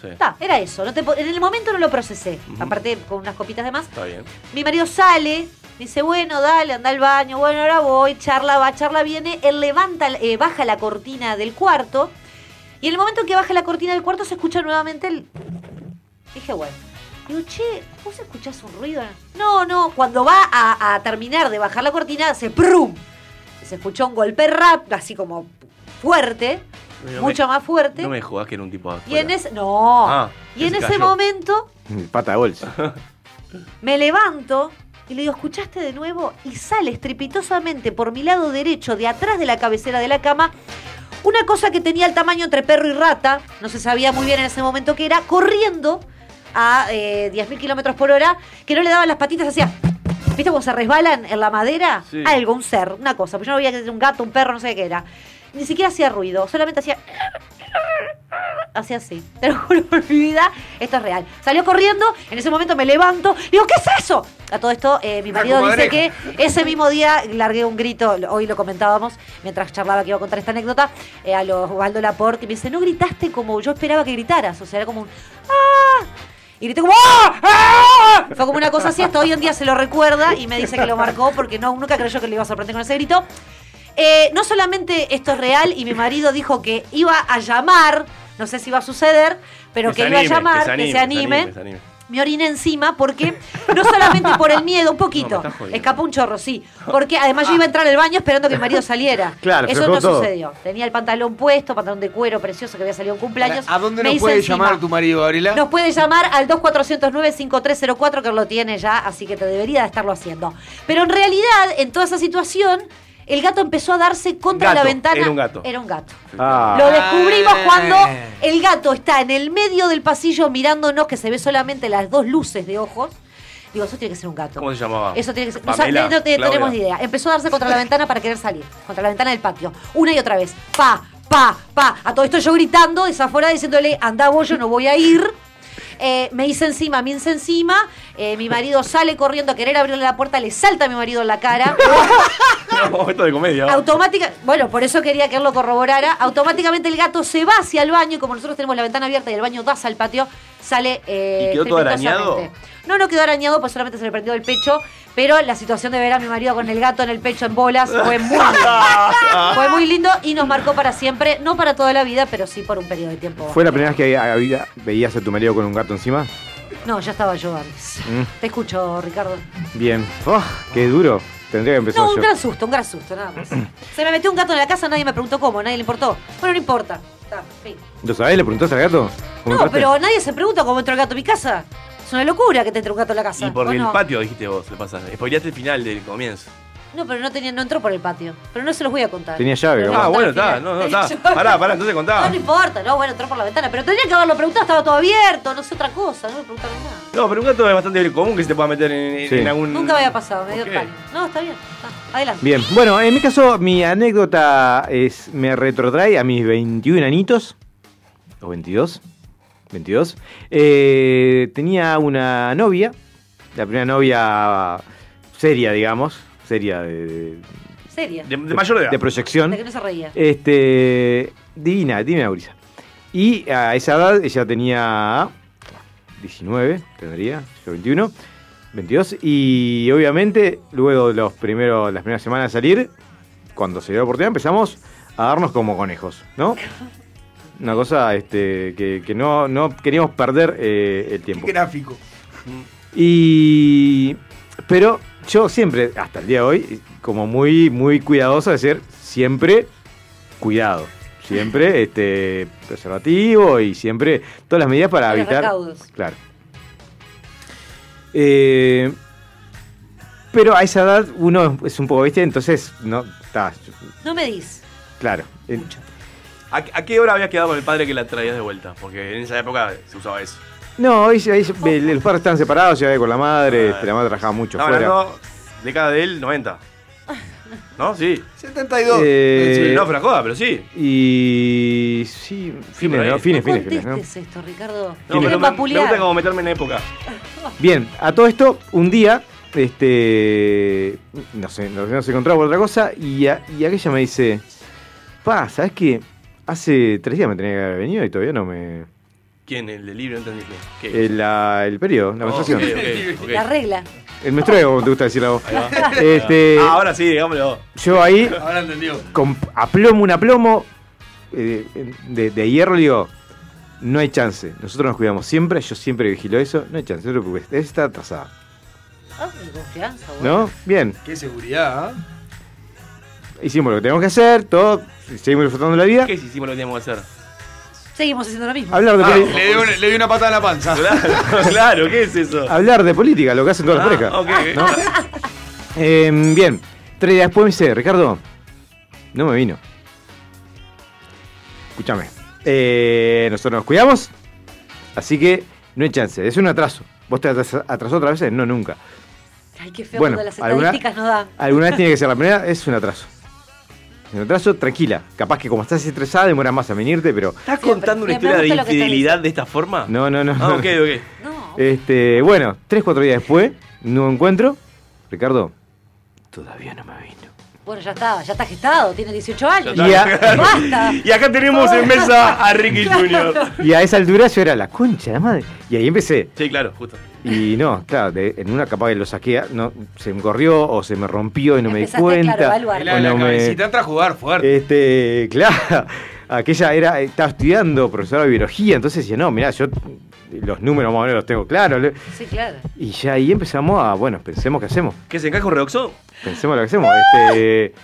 Sí.
Ta, era eso. No te po- en el momento no lo procesé. Aparte, con unas copitas de más.
Está bien.
Mi marido sale, dice, bueno, dale, anda al baño, bueno, ahora voy, charla va, charla viene. Él levanta, eh, baja la cortina del cuarto. Y en el momento que baja la cortina del cuarto se escucha nuevamente el... Dije, bueno. Digo, che, ¿vos escuchás un ruido? No, no, cuando va a, a terminar de bajar la cortina, se prum. Se escuchó un golpe rap, así como fuerte,
No
mucho
me-
más fuerte.
No me jodas que era un tipo de
Y en
afuera.
ese. No.
Ah,
y en
se
ese
cayó.
momento
Pata de bolsa.
me levanto y le digo, ¿escuchaste de nuevo? Y sale estrepitosamente por mi lado derecho, de atrás de la cabecera de la cama, una cosa que tenía el tamaño entre perro y rata, no se sabía muy bien en ese momento qué era, corriendo a eh, 10.000 kilómetros por hora, que no le daban las patitas, hacía. ¿Viste cómo se resbalan en la madera?
Sí.
Algo, un ser, una cosa. Pues yo no veía que era un gato, un perro, no sé qué era. Ni siquiera hacía ruido, solamente hacía. Hacía así. Te lo juro por mi vida, esto es real. Salió corriendo, en ese momento me levanto, digo, ¿qué es eso? A todo esto, eh, mi marido
Una
dice que
comadreja.
ese mismo día largué un grito, hoy lo comentábamos mientras charlaba que iba a contar esta anécdota, eh, a los Osvaldo Laporte, y me dice, no gritaste como yo esperaba que gritaras, o sea, era como un... "Ah". Y grité como... "Ah, ah". Fue como una cosa así, hasta hoy en día se lo recuerda y me dice que lo marcó porque no, nunca creyó que le iba a sorprender con ese grito. Eh, no solamente esto es real y mi marido dijo que iba a llamar, no sé si va a suceder, pero que,
se
iba a
anime,
llamar,
que se anime. que se anime.
me oriné encima porque
[laughs]
no solamente por el miedo, un poquito,
estás jodiendo.
escapó un chorro, sí, porque además yo iba a entrar al baño esperando que mi marido
[laughs]
saliera.
Claro,
Eso
flojó
no
todo.
sucedió. Tenía el pantalón puesto, pantalón de cuero precioso que había salido en cumpleaños.
¿A dónde
Me
nos
hice
puede
encima.
llamar tu marido, Gabriela?
Nos puede llamar al 2409-5304, que lo tiene ya, así que te debería de estarlo haciendo. Pero en realidad, en toda esa situación, el gato empezó a darse contra
Gato,
la ventana.
era un gato.
Era un gato.
Ah.
Lo descubrimos cuando el gato está en el medio del pasillo mirándonos, que se ve solamente las dos luces de ojos. Digo, eso tiene que ser un gato.
¿Cómo se llamaba?
Eso tiene que ser. No,
Pamela,
sa- no te-
Claudia.
tenemos ni idea. Empezó a darse contra la ventana para querer salir. Contra la ventana del patio. Una y otra vez. Pa, pa, pa. A todo esto yo gritando, desaforada, diciéndole, andá vos, yo no voy a ir. Eh, me hice encima, me hice encima. Eh, mi marido sale corriendo a querer abrirle la puerta, le salta a mi marido en la cara.
[laughs] No, esto de comedia.
Automática, bueno, por eso quería que él lo corroborara. Automáticamente el gato se va hacia el baño y como nosotros tenemos la ventana abierta y el baño da al patio, sale. eh,
¿Y quedó todo
estrepitosamente.
arañado?
No, no quedó arañado, pues solamente se le prendió el pecho. Pero la situación de ver a mi marido con el gato en el pecho en bolas
[laughs]
fue muy lindo. Fue muy lindo y nos marcó para siempre, no para toda la vida, pero sí por un periodo de tiempo.
¿Fue la primera vez que había- veías a tu marido con un gato encima?
No, ya estaba yo antes.
Mm,
Te escucho, Ricardo.
bien. Oh, ¡Qué duro! Tendría que empezar
No, un
yo.
gran susto, un gran susto, nada
[clears throat]
más. Se me metió un gato en la casa, nadie me preguntó cómo, nadie le importó. Bueno, no importa. Está, fin.
¿Lo sabés? ¿Le preguntaste al gato? ¿Cómo
No,
entraste?
pero nadie se pregunta cómo entró el gato a mi casa. Es una locura que te entre un gato a la casa.
Y por
¿o
el
no?
patio dijiste vos, le pasaste. Spoileaste el final del comienzo.
No, pero no, tenía, no entró por el patio. Pero no se los voy a contar.
Tenía llave,
Pero
capaz.
no,
Ah, bueno, está,
está, al
no,
[laughs]
no,
final.
está. Pará, pará,
[laughs]
entonces contá.
No, no importa, no, bueno, entró por la ventana. Pero tenía que haberlo preguntado, estaba todo abierto, no sé otra cosa, no me preguntaron nada.
No, pero un gato es bastante común que se te pueda meter en, en-
Sí.
en algún.
Nunca me había pasado, me dio
Ok.
pánico. No, está bien, está. adelante.
Bien, bueno, en mi caso, mi anécdota es me retrotrae a mis 21 anitos, o 22, 22. Eh, tenía una novia, la primera novia seria, digamos, seria de, de-
Seria.
de proyección. Eh.
De que no se reía.
Este, divina, divina brisa. Y a esa edad ella tenía 19, tendría, yo 21, 22. Y obviamente, luego de los primeros, las primeras semanas de salir, cuando se dio la oportunidad, empezamos a darnos como conejos, ¿no? Una cosa este, que, que no, no queríamos perder eh, el tiempo.
Gráfico.
Y. Pero yo siempre, hasta el día de hoy, como muy, muy cuidadoso de ser siempre cuidado.
[laughs]
Siempre este, preservativo y siempre todas las medidas para
Los
evitar.
recaudos.
Claro. Eh, pero a esa edad uno es un poco bestia, entonces no. Está,
No me dis.
claro. Eh,
¿A, a qué hora habías quedado con el padre que la traías de vuelta? Porque en esa época se usaba eso.
No, ahí, ahí- el- los padres estaban separados, ya con la madre,
Ah.
este, la madre trabajaba mucho
Estaba
fuera.
hablando década del 90. ¿No? Sí.
72.
Eh,
Sí, no, fue una joda, pero sí.
Y. Sí, fines,
ahí.
¿no? Fines,
No
fines, fines, ¿no?
contestes esto, Ricardo.
No,
Te
pero
quiero
me, me
vapulear.
gusta como meterme en la época.
Bien, a todo esto, un día, este. No sé, nos nos encontramos por otra cosa y, a- y aquella me dice. Pa, ¿sabes qué? Hace tres días me tenía que haber venido y todavía no me.
¿Quién? El del libro, no entendí. ¿Qué? ¿Qué?
El, la- el periodo, la
Oh,
menstruación.
ok, ok,
La
ok.
regla.
El menstrueo, como te gusta decir a vos.
Ahí va.
Este,
Ah, ahora sí, digámoslo.
Yo ahí,
Ahora entendió.
con aplomo, un aplomo eh, de, de hierro, le digo, no hay chance. Nosotros nos cuidamos siempre, yo siempre vigilo eso, no hay chance, no te preocupes. Esa está atrasada,
Ah, mi confianza, bueno.
¿no? Bien,
Qué seguridad. ¿ah?
hicimos lo que teníamos que hacer, todo, seguimos disfrutando la vida.
¿Qué hicimos lo que teníamos que hacer?
Seguimos haciendo lo mismo.
Hablar de,
Ah,
poli-
le, dio una, le di una patada en la panza.
Claro, [laughs] claro, ¿qué es eso?
hablar de política, lo que hacen todas las parejas.
Ah, ok.
Eh, bien, tres días después me dice, Ricardo, no me vino. Escúchame, eh, nosotros nos cuidamos, así que no hay chance, es un atraso. ¿Vos te atras- atrasó otra vez? No, nunca.
Ay, qué feo
Bueno,
cuando las
alguna-
estadísticas nos dan.
Alguna vez tiene que ser la primera, es un atraso. Un atraso, tranquila. Capaz que como estás estresada demora más a venirte, pero...
¿Estás contando una
Me- me
historia de
gusta lo que estás
infidelidad de esta forma?
No, no, no.
Ah, ok, ok.
Este, bueno, tres, cuatro días después, nuevo encuentro. Ricardo, todavía no me vino.
Bueno, ya está, ya está gestado, tiene 18 años.
Ya está.
Basta.
Y acá tenemos en mesa a Ah, Ricky Jr.
Y a esa altura yo era la concha, la madre. Y ahí empecé.
Sí, claro, justo.
Y no, claro, de- en una capaz que lo saqué, no, se me corrió o se me rompió y no
Empezaste,
me di
claro, a
cuenta.
evaluar.
o
La, la
no me-
cabecita entra a jugar fuerte.
Este, claro, aquella era, estaba estudiando profesora de biología, entonces decía, no, mirá, yo los números más o menos los tengo claros. le-
[laughs] Sí, claro.
Y ya ahí empezamos a, bueno, pensemos qué hacemos,
¿Qué se encaja un redoxón?
pensemos lo que hacemos. Este,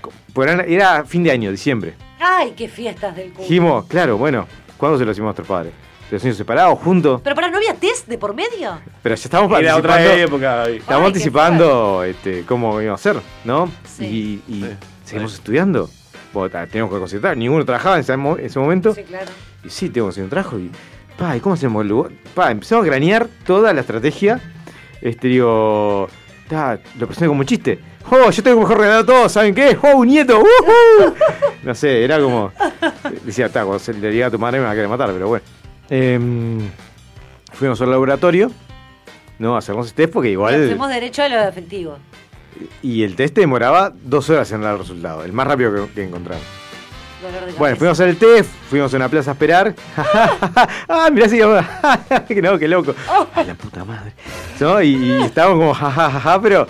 co- por ahora era fin de año, diciembre.
Ay, qué fiestas del culo.
Dijimos, claro, bueno, ¿cuándo se lo hicimos a nuestros padres? ¿Se los hicimos separados, juntos?
Pero para, ¿no había test de por medio?
Pero ya estamos
Era
participando.
otra época. ahí.
Estamos
Ay, qué
anticipando este, cómo iba a ser, ¿no? Y, y seguimos estudiando. Bueno, ta- teníamos que concentrar. Ninguno trabajaba en ese, mo- ese momento.
Sí, claro.
Y sí, tengo que hacer un trabajo. Y, pa, ¿y cómo hacemos el lugar? Pa, empezamos a granear toda la estrategia. Este, digo, ta, lo presenté como un chiste. ¡Oh, yo tengo mejor regalado todo! ¿Saben qué? ¡Oh, un nieto! ¡Uhú! No sé, era como... Decía, ta, cuando se le diga a tu madre me va a querer matar, pero bueno. Em, fuimos al laboratorio. No, hacemos el test porque igual...
Hacemos derecho a lo afectivo.
Y el test demoraba dos horas en dar el resultado, el más rápido que, que encontraron.
Dolor de cabeza.
Bueno, fuimos al test, fuimos a una plaza a esperar. [laughs] ¡Ah, mirá si [laughs] que no, qué loco!
Oh.
¡Ah, la
[laughs]
puta madre! ¿No? Y, y estábamos como jajajaja, pero.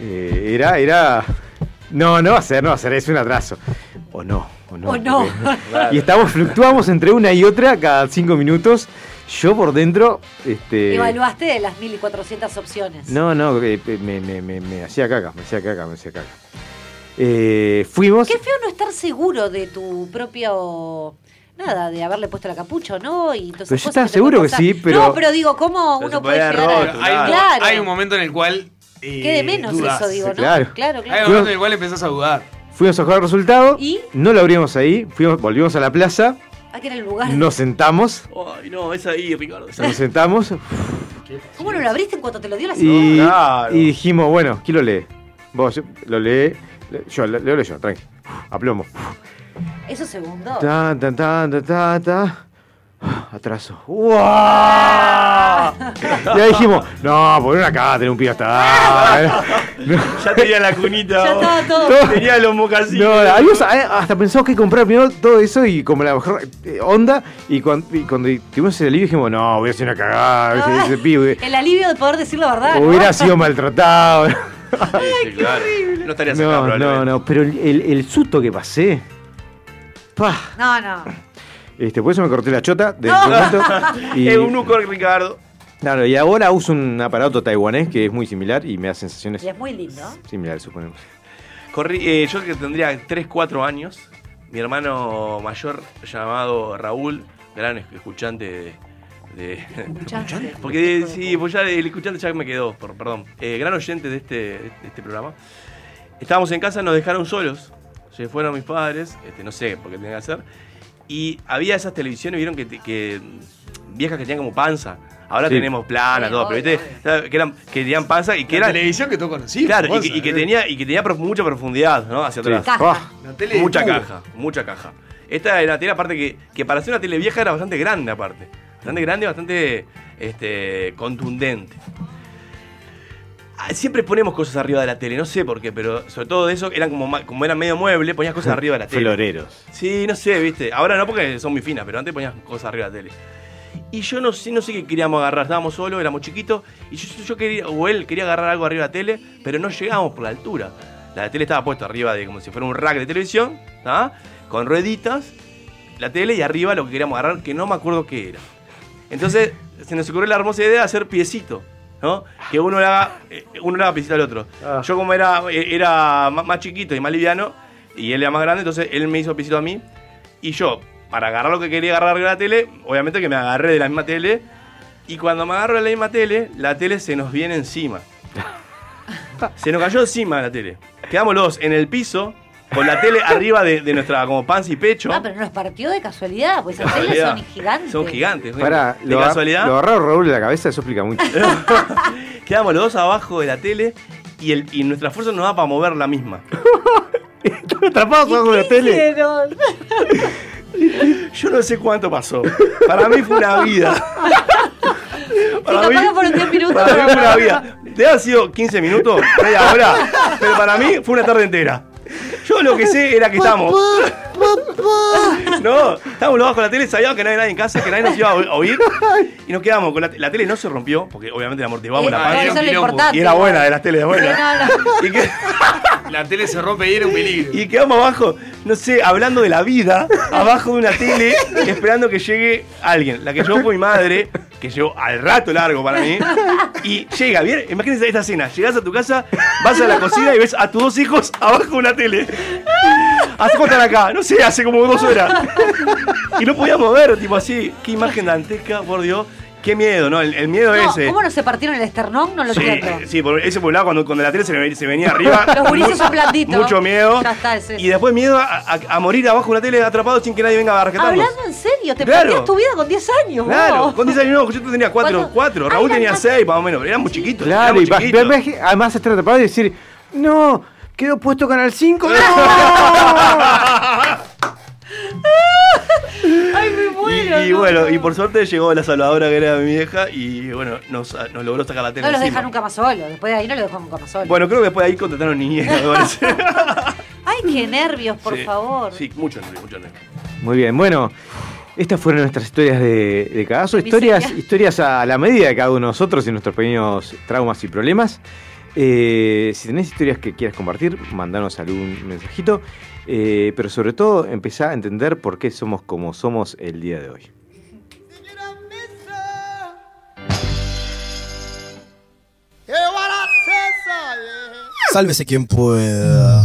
Eh, era, era. No, no va a ser, no va a ser, es un atraso. O no, o no.
O no. [laughs]
Y estamos, fluctuamos entre una y otra cada cinco minutos. Yo por dentro. Este,
Evaluaste de las 1400 opciones.
no, no, eh, eh, me, me- me- me hacía caca, me hacía caca, me hacía caca. Eh, fuimos.
Qué feo no estar seguro de tu propio. Nada, de haberle puesto la capucha o no. Y todas
Pero
esas
yo
cosas
estaba
te pueden
seguro que
pasar.
sí, pero-
No, pero digo, ¿cómo
Pero se
uno
puede
puede
haber
llegar a-
roto,
Hay, un-
Claro.
hay un momento en el cual
eh,
Quede menos
dudas.
eso, digo, ¿no?
Claro.
claro.
Hay un
claro.
momento en el cual empezás a dudar.
Fuimos a jugar el resultado.
¿Y?
No lo abrimos ahí. Fuimos, volvimos a la plaza.
Ah, que era el lugar.
Nos sentamos.
Oh.
Ay, no, es ahí, Ricardo. es ahí.
Nos sentamos.
¿Cómo no lo abriste en cuanto te lo dio la
Y,
segunda?
y dijimos, bueno, ¿quién lo lee? Vos, yo- lo lee. le- Yo, lo leo yo, tranqui. A plomo.
Eso segundo.
Ta, ta, ta, ta, ta, ta. Atraso. ¡Guau! Y ahí dijimos, no, poner acá, tener un pibe
[laughs]
hasta.
Ya tenía la cunita.
Ya estaba todo.
Tenía los mocasines.
No, habíamos, eh, hasta pensamos que comprar primero todo eso y como la mejor eh, onda. Y cuando, y cuando tuvimos el alivio dijimos, no, voy a hacer una cagada. ese- ese pibe
Ah, El alivio de poder decir la verdad. ¿no? Ah,
hubiera sido maltratado. [laughs]
Sí, claro. No estaría acá,
No, no,
probablemente.
no, pero el, el- el susto que pasé. Pa,
No, no.
este, por eso me corté la chota de
No. [laughs]
momento. Y,
Es un uco, Ricardo.
claro, y ahora uso un aparato taiwanés que es muy similar y me da sensaciones
Y es muy lindo.
similares, suponemos.
Corrí, eh, yo que tendría 3, 4 años, mi hermano mayor llamado Raúl, gran es- escuchante de... de-
Escuchante.
[laughs] Porque eh, sí, pues ya el escuchante ya me quedó, por- perdón. Eh, gran oyente de este, de este programa. Estábamos en casa, nos dejaron solos. Se fueron mis padres, este, no sé por qué tenían que hacer. Y había esas televisiones, vieron que, que- mm, viejas que tenían como panza. Ahora
Sí.
tenemos plana,
Sí,
todo, pero
obvio,
viste, que, eran, que tenían panza y que
La
eran
televisión que tú conocías.
Claro, y,
cosa,
que- y que
eh.
tenía, y que tenía prof- mucha profundidad, ¿no? Hacia
Sí.
atrás.
Caja. La tele de
mucha
tubo.
caja, mucha caja. Esta era la tele, aparte, que, que para ser una tele vieja era bastante grande, aparte. Bastante grande, bastante este, contundente. Ah, Siempre ponemos cosas arriba de la tele, no sé por qué, pero sobre todo de eso, eran como, ma- como eran medio mueble,
[laughs]
ponías cosas arriba de la tele.
Floreros.
Sí, no sé, viste. Ahora no porque son muy finas, pero antes ponías cosas arriba de la tele. Y yo no sé, no sé qué queríamos agarrar. Estábamos solos, éramos chiquitos. Y yo, yo quería, o él quería agarrar algo arriba de la tele, pero no llegábamos por la altura. La tele estaba puesta arriba de como si fuera un rack de televisión, ¿tá? con rueditas, la tele y arriba lo que queríamos agarrar, que no me acuerdo qué era. Entonces se nos ocurrió la hermosa idea de hacer piecito, ¿no? Que uno le haga, eh, uno le haga piecito al otro. Yo como era, eh, era más, más chiquito y más liviano, y él era más grande, entonces él me hizo piecito a mí. Y yo, para agarrar lo que quería agarrar de la tele, obviamente que me agarré de la misma tele. Y cuando me agarro de la misma tele, la tele se nos viene encima. Se nos cayó encima la tele. Quedamos los dos en el piso, con la tele arriba de, de nuestra como panza y pecho.
Ah, pero nos partió de casualidad, pues esas teles
Casualidad.
son gigantes.
Son gigantes.
Pará,
¿De
lo, a-
casualidad?
lo agarró Raúl de la cabeza, eso explica mucho.
Quedamos los dos abajo de la tele y, el, y nuestra fuerza nos da para mover la [laughs] misma.
Atrapados abajo de la tele.
Hicieron.
Yo no sé cuánto pasó. Para mí fue una vida. Para mí,
Capaz que fueron 10 minutos.
para mí fue una vida. Te ha sido 15 minutos, media hora, pero para mí fue una tarde entera. Yo lo que sé era que estamos. No, estábamos los bajo de la tele, sabíamos que no había nadie en casa, que nadie nos iba a o- a oír. Y nos quedamos con la, te- la tele no se rompió, porque obviamente la amortiguamos
Eh,
la
bueno,
panza.
eso es lo
Y era
importante.
Y era buena de las teles, buena. Y que-
La tele se rompe y era un peligro.
Y quedamos abajo, no sé, hablando de la vida, abajo de una tele, esperando que llegue alguien. La que llegó fue mi madre, que llegó al rato largo para mí. Y llega, bien, imagínense esta escena. Llegás a tu casa, vas a la cocina y ves a tus dos hijos abajo de una tele. ¿Hace cuánto están acá? No sé, hace como dos
[laughs]
horas. Y no podíamos ver, tipo así, qué imagen dantesca, por Dios. Qué miedo, ¿no? El, el miedo
No,
ese.
¿Cómo no se partieron el esternón? No lo
Sí,
entiendo.
eh, sí, por ese por un lado cuando, cuando la tele se, le- se venía arriba.
Los gurises
mu-
son blanditos.
Mucho miedo.
Ya está, es eso.
Y después miedo a, a- a morir abajo de la tele atrapado sin que nadie venga a rescatarnos.
Hablando en serio, te
Claro.
perdías tu vida con 10 años.
Claro,
vos.
con 10 años no, yo tenía 4, 4, Raúl tenía 6 más o menos, éramos chiquitos.
Claro,
éramos
y va-
chiquitos.
ves que además estar atrapado y decir, no, quedó puesto Canal 5.
[laughs]
[laughs]
Ay, me muero.
Y, y
no,
bueno,
no.
y por suerte llegó la salvadora que era mi vieja y bueno, nos, nos logró sacar la tele.
No los
encima.
deja nunca más solos. Después de ahí no los dejó nunca más solos.
Bueno, creo que después de ahí contrataron
[laughs]
niñera, me parece.
Ay, qué nervios, por
Sí,
favor.
Sí, mucho nervio, mucho nervio.
Muy bien, bueno, estas fueron nuestras historias de, de cagazo,
Miseria.
historias, historias a la medida de cada uno de nosotros y nuestros pequeños traumas y problemas. Eh, si tenés historias que quieras compartir, mandanos algún mensajito, eh, pero sobre todo empezá a entender por qué somos como somos el día de hoy.
Sálvese quien pueda.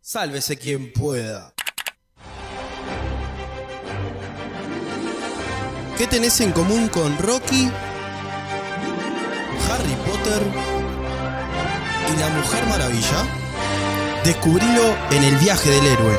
Sálvese quien pueda. ¿Qué tenés en común con Rocky, Harry Potter y la Mujer Maravilla? Descubrilo en el viaje del héroe.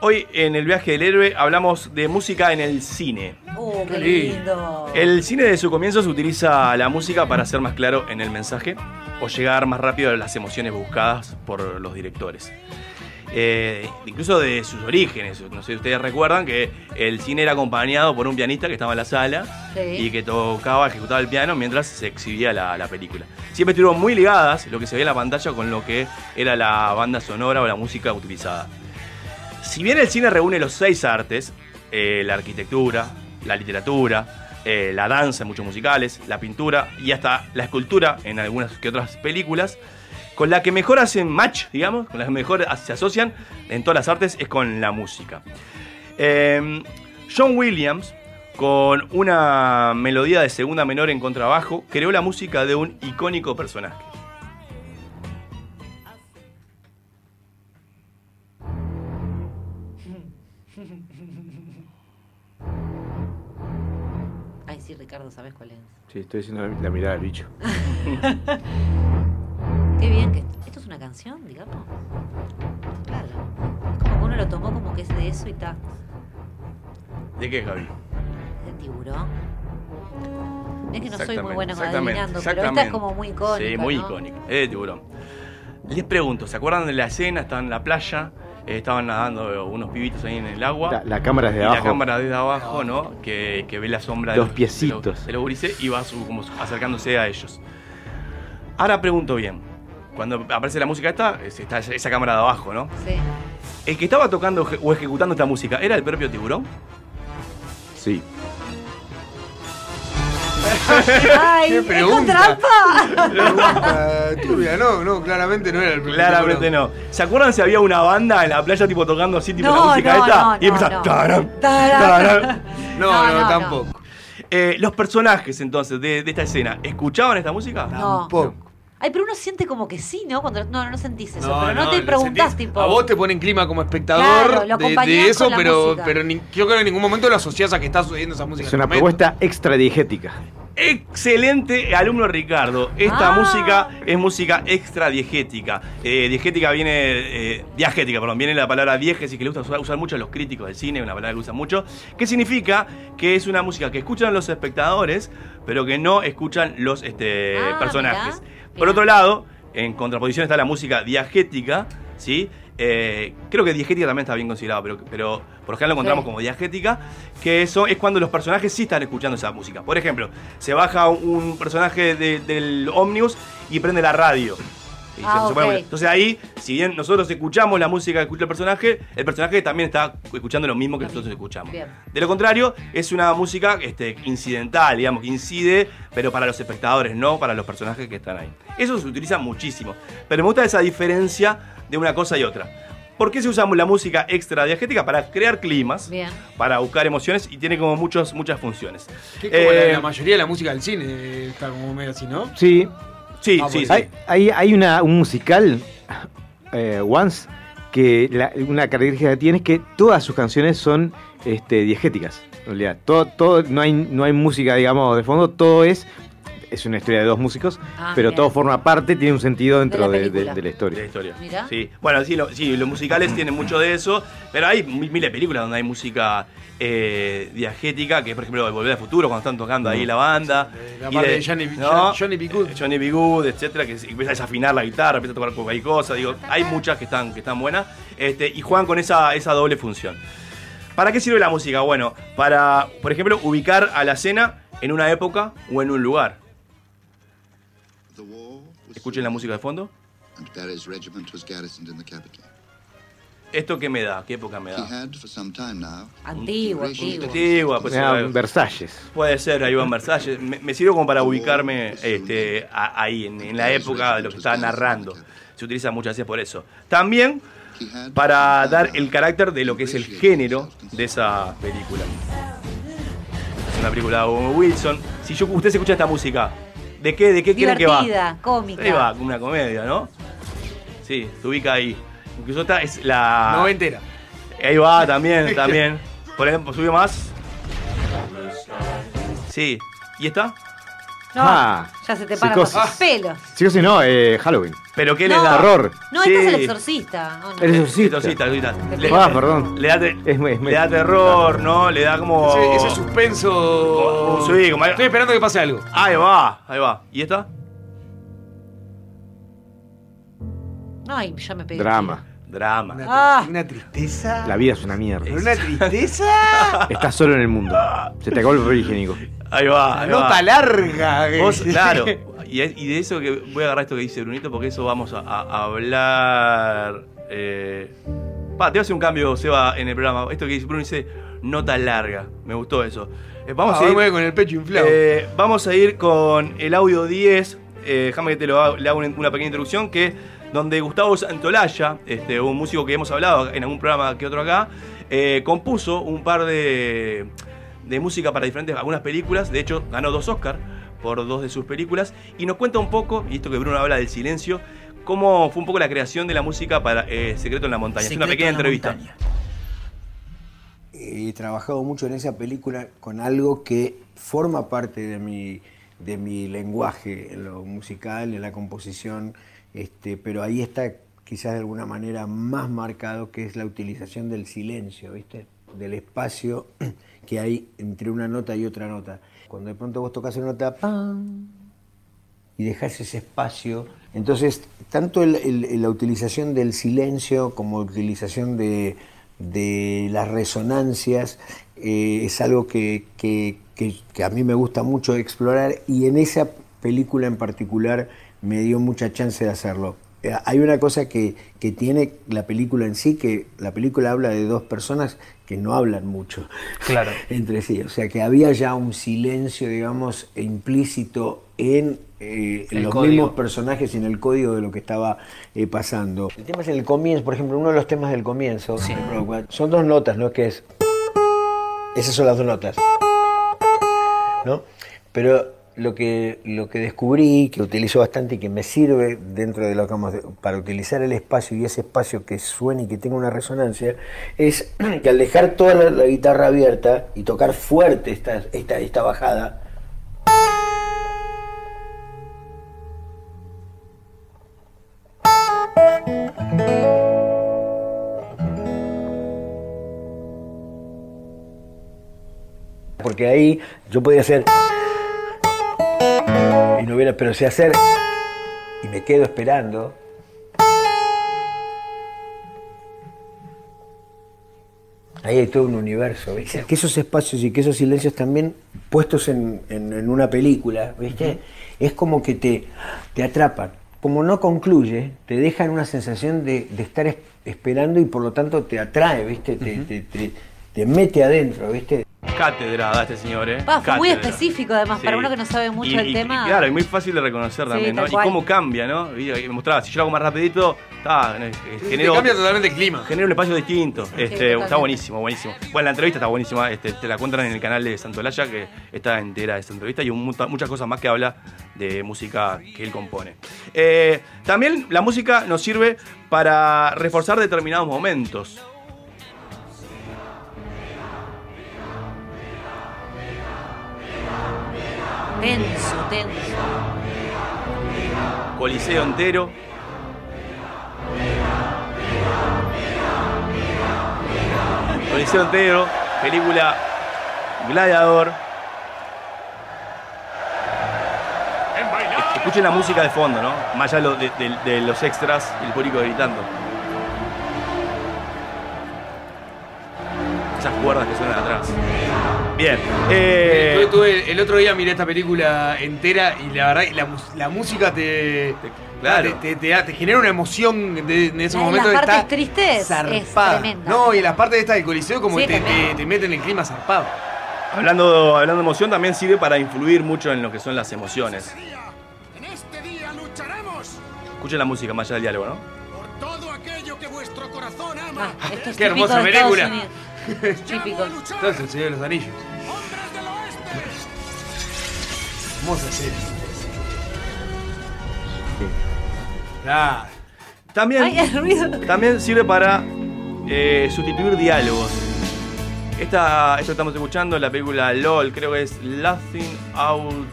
Hoy en el viaje del héroe hablamos de música en el cine.
Oh, qué
Qué
lindo.
El cine de su comienzo se utiliza la música para ser más claro en el mensaje o llegar más rápido a las emociones buscadas por los directores. Eh, incluso de sus orígenes, no sé si ustedes recuerdan que el cine era acompañado por un pianista que estaba en la sala
Sí.
y que tocaba, ejecutaba el piano mientras se exhibía la, la película. Siempre estuvieron muy ligadas lo que se veía en la pantalla con lo que era la banda sonora o la música utilizada. Si bien el cine reúne los seis artes, eh, la arquitectura, la literatura, eh, la danza en muchos musicales, la pintura y hasta la escultura en algunas que otras películas, con la que mejor hacen match, digamos, con la que mejor se asocian en todas las artes es con la música. Eh, John Williams, con una melodía de segunda menor en contrabajo, creó la música de un icónico personaje.
[laughs] Ay, sí, Ricardo, ¿sabes cuál es?
Sí, estoy haciendo la, la mirada del
[laughs]
bicho.
Qué bien que esto, esto es una canción, digamos. Claro. Es como que uno lo tomó como que es de eso y está.
¿De qué, Javi?
De tiburón. Es que no soy muy
Exactamente,
buena con
exactamente,
adivinando, pero esta es
exactamente.
como muy icónica.
Sí, muy
¿no?
icónica. Es de tiburón. Les pregunto, ¿se acuerdan de la escena? Estaban en la playa, eh, estaban nadando eh, unos pibitos ahí en el agua.
La- la cámara es de
Y
abajo.
La cámara desde abajo, ¿no? Que, que ve la sombra de
Los
de los-
piecitos.
De los gurises y va su- como su- acercándose a ellos. Ahora pregunto bien. Cuando aparece la música esta, es- está esa cámara de abajo, ¿no? [laughs]
Sí.
El que estaba tocando eje- o ejecutando esta música, ¿era el propio tiburón?
Sí.
[laughs]
¡Ay,
¿Qué
es
pregunta?
con trampa!
Pregunta turbia, no, no, claramente no era el primer
Claramente no. ¿Se acuerdan si había una banda en la playa tipo tocando así tipo
No,
la música
no,
esta?
no,
y empieza
no, no.
"Tarán,
Tarán".
tarán".
[laughs] No, No, no, no, tampoco.
Eh, los personajes entonces de, de esta escena, ¿escuchaban esta música?
No. Ay, pero uno siente como que sí, ¿no? Cuando, no, no sentís eso,
No,
pero no,
no,
te
lo
preguntás,
sentís.
tipo.
A vos te ponen clima como espectador
Claro,
de-
lo
de,
acompañás
eso,
con la
pero,
música.
pero ni- yo creo que en ningún momento lo asociás a que está sucediendo esa música.
Es una propuesta extradiegética.
Excelente alumno Ricardo. Esta
Ah.
música es música extra diegética. Eh, diegética viene. eh, diagética, perdón, viene la palabra diegesis que le gusta usar, usar mucho a los críticos del cine, una palabra que usan mucho. Que significa que es una música que escuchan los espectadores, pero que no escuchan los este, personajes. Por otro lado, en contraposición está la música diegética, ¿sí? Eh, creo que diegética también está bien considerado, pero, pero por lo general lo encontramos
Sí.
como diegética, que eso es cuando los personajes sí están escuchando esa música. Por ejemplo, se baja un personaje de- del ómnibus y prende la radio. Y se-
Ah,
se pone-
ok.
Entonces ahí, si bien nosotros escuchamos la música que escucha el personaje, el personaje también está escuchando lo mismo que nosotros escuchamos.
Bien.
De lo contrario, es una música este, incidental, digamos, que incide, pero para los espectadores, no para los personajes que están ahí. Eso se utiliza muchísimo. Pero me gusta esa diferencia de una cosa y otra. ¿Por qué se usa la música extra diegética? Para crear climas,
[laughs] Bien.
para buscar emociones y tiene como muchos, muchas funciones.
Que como la,
Eh,
la mayoría de la música del cine eh, está como medio así, ¿no?
Sí.
Sí,
Ah, sí, bueno. sí.
Hay, hay, hay una, un musical, eh, Once, que la- una característica que tiene es que todas sus canciones son este, diegéticas. En realidad, todo, todo, no, hay, no hay música, digamos, de fondo, todo es. Es una historia de dos músicos,
Ah,
pero
bien.
todo forma parte, tiene un sentido dentro
De la
de, de-
película.
de la historia.
De la historia.
Mirá.
Sí. Bueno, sí, lo- sí, los musicales tienen mucho de eso, pero hay mi- miles de películas donde hay música eh, diegética, que por ejemplo Volver al Futuro, cuando están tocando ahí la banda.
Mm. La
y
parte de Johnny, Johnny B. Goode.
Eh, Johnny B. Good, etcétera, que se- empieza a desafinar la guitarra, empieza a tocar cualquier cosa. Digo, hay muchas que están, que están buenas este, y juegan con esa, esa doble función. ¿Para qué sirve la música? Bueno, para, por ejemplo, ubicar a la escena en una época o en un lugar. Escuchen la música de fondo.
and Barry's regiment was garrisoned in the capital.
¿Esto qué me da? ¿Qué época me da?
For some time now,
Antiguo, antiguo.
Antigua, pues,
Ah,
eh,
Versalles.
Puede ser, ahí va en Versalles. Me, me sirve como para ubicarme este, a- ahí, en, en la época de lo que estaba narrando. Se utiliza muchas veces por eso. También para dar el carácter de lo que es el género de esa película. Es una película de Owen Wilson. Si yo, usted se escucha esta música, ¿de qué, de qué creen que va?
Divertida, cómica.
Ahí va, una comedia, ¿no? Sí, se ubica ahí. Incluso esta es la...
Noventera.
Ahí
[laughs]
va, también, también. Por ejemplo, sube más. Sí. ¿Y esta?
No,
Ah,
ya se te paran
psicosis.
los pelos.
Sí o sí, no, eh, Halloween.
¿Pero qué
No.
les da?
Terror.
No,
Sí.
este es el exorcista. ¿o no?
El exorcista.
Eh, Le-
Ah, perdón.
Le da, te- le da terror, ¿no? Le da como.
Ese, ese suspenso.
Sí, como-
Estoy esperando que pase algo.
Ahí va, ahí va. ¿Y esta?
No, ay, ya me pegué.
Drama.
Drama.
Ah,
Una tristeza.
La vida es una mierda.
Una tristeza.
Estás solo en el mundo. Se te acabó el papel higiénico.
Ahí va. [laughs] ahí
Nota
va.
larga. eh. [laughs]
Vos, claro. Y, es- y de eso que voy a agarrar esto que dice Brunito, porque eso vamos a, a hablar. eh. Pa, te voy a hacer un cambio, Seba, en el programa. Esto que dice Bruno dice nota larga. Me gustó eso. Eh, vamos
[laughs] Ah,
a ir.
voy con el pecho inflado.
Eh, vamos a ir con el audio 10. Eh, déjame que te lo haga- le haga una, una pequeña introducción. Que es donde Gustavo Santolaya, este, un músico que hemos hablado en algún programa que otro acá, eh, compuso un par de, de música para diferentes, algunas películas. De hecho, ganó dos Oscars por dos de sus películas. Y nos cuenta un poco, y esto que Bruno habla del silencio, cómo fue un poco la creación de la música para eh, Secreto en la Montaña. es una
Secreto
pequeña
en la
entrevista.
he trabajado mucho en esa película con algo que forma parte de mi, de mi lenguaje, en lo musical, en la composición, este, pero ahí está quizás de alguna manera más marcado que es la utilización del silencio, ¿viste? del espacio [clears throat] que hay entre una nota y otra nota. Cuando de pronto vos tocas una nota, ¡pam! y dejas ese espacio. Entonces, tanto el- el- la utilización del silencio como la utilización de, de las resonancias eh, es algo que, que- que- que a mí me gusta mucho explorar y en esa película en particular me dio mucha chance de hacerlo. Eh, Hay una cosa que, que tiene la película en sí, que la película habla de dos personas que no hablan mucho [laughs]
Claro.
entre sí. O sea que había ya un silencio, digamos, implícito en, eh, en
El
los
código.
mismos personajes y en el código de lo que estaba eh, pasando. El tema es el comienzo, por ejemplo, uno de los temas del comienzo. Son dos notas, ¿no? Que es. Esas son las dos notas. ¿no? Pero lo que, lo que descubrí, que utilizo bastante y que me sirve dentro de lo que vamos para utilizar el espacio y ese espacio que suene y que tenga una resonancia, es [clears throat] que al dejar toda la, la guitarra abierta y tocar fuerte esta, esta, esta bajada, porque ahí yo podía hacer y no hubiera, pero sé hacer y me quedo esperando. Ahí hay todo un universo, ¿viste? Que esos espacios y que esos silencios también puestos en, en- en una película, ¿viste? Es como que te, te atrapan. Como no concluye, te dejan una sensación de, de estar es- esperando y por lo tanto te atrae, ¿viste? Te, te- te- te mete adentro, ¿viste?
Cátedra da este señor, ¿eh?
Pa, fue muy
Cátedra.
específico además,
Sí.
para uno que no sabe
Y-
mucho del
y-
tema.
y claro, y muy fácil de reconocer
Sí,
también, ¿no?
tal
Y
cual.
cómo cambia, ¿no? Y, y me mostraba, si yo lo hago más rapidito, está, eh, genero,
cambia totalmente el clima.
Genera un espacio distinto. Este,
totalmente.
está buenísimo, buenísimo. Bueno, la entrevista está buenísima, este, te la cuentan en el canal de Santolaya, que está entera esta entrevista, y un monta- muchas cosas más que habla de música que él compone. Eh, también la música nos sirve para reforzar determinados momentos.
Tenso, tenso.
Coliseo entero. Coliseo entero, película Gladiador. Escuchen la música de fondo, ¿no? Más allá de, lo- de- de- de los extras y el público gritando. Esas cuerdas que suenan atrás.
Bien.
eh.
Tuve- tuve- el otro día miré esta película entera y la verdad que la, mus- la música te, te, te- te da- te genera una emoción de, en esos
La-
momentos.
las
que
partes
está
tristes
zarpada.
es tremenda.
No, y las partes de esta del coliseo como
Sí,
que te,
tremendo.
te- te meten en el clima zarpado.
Hablando, hablando de emoción, también sirve para influir mucho en lo que son las emociones.
En este día lucharemos
Escuchen la música más allá del diálogo, ¿no?
por todo aquello que vuestro corazón ama.
Ah, esto es
Qué
típico
hermosa
de Estados
película.
Unidos.
[laughs]
Típico.
Entonces, el Señor de los Anillos. Hermosa serie.
También,
Ay, el ruido.
también sirve para eh, sustituir diálogos. Esta, esto que estamos escuchando, la película LOL, creo que es Laughing Out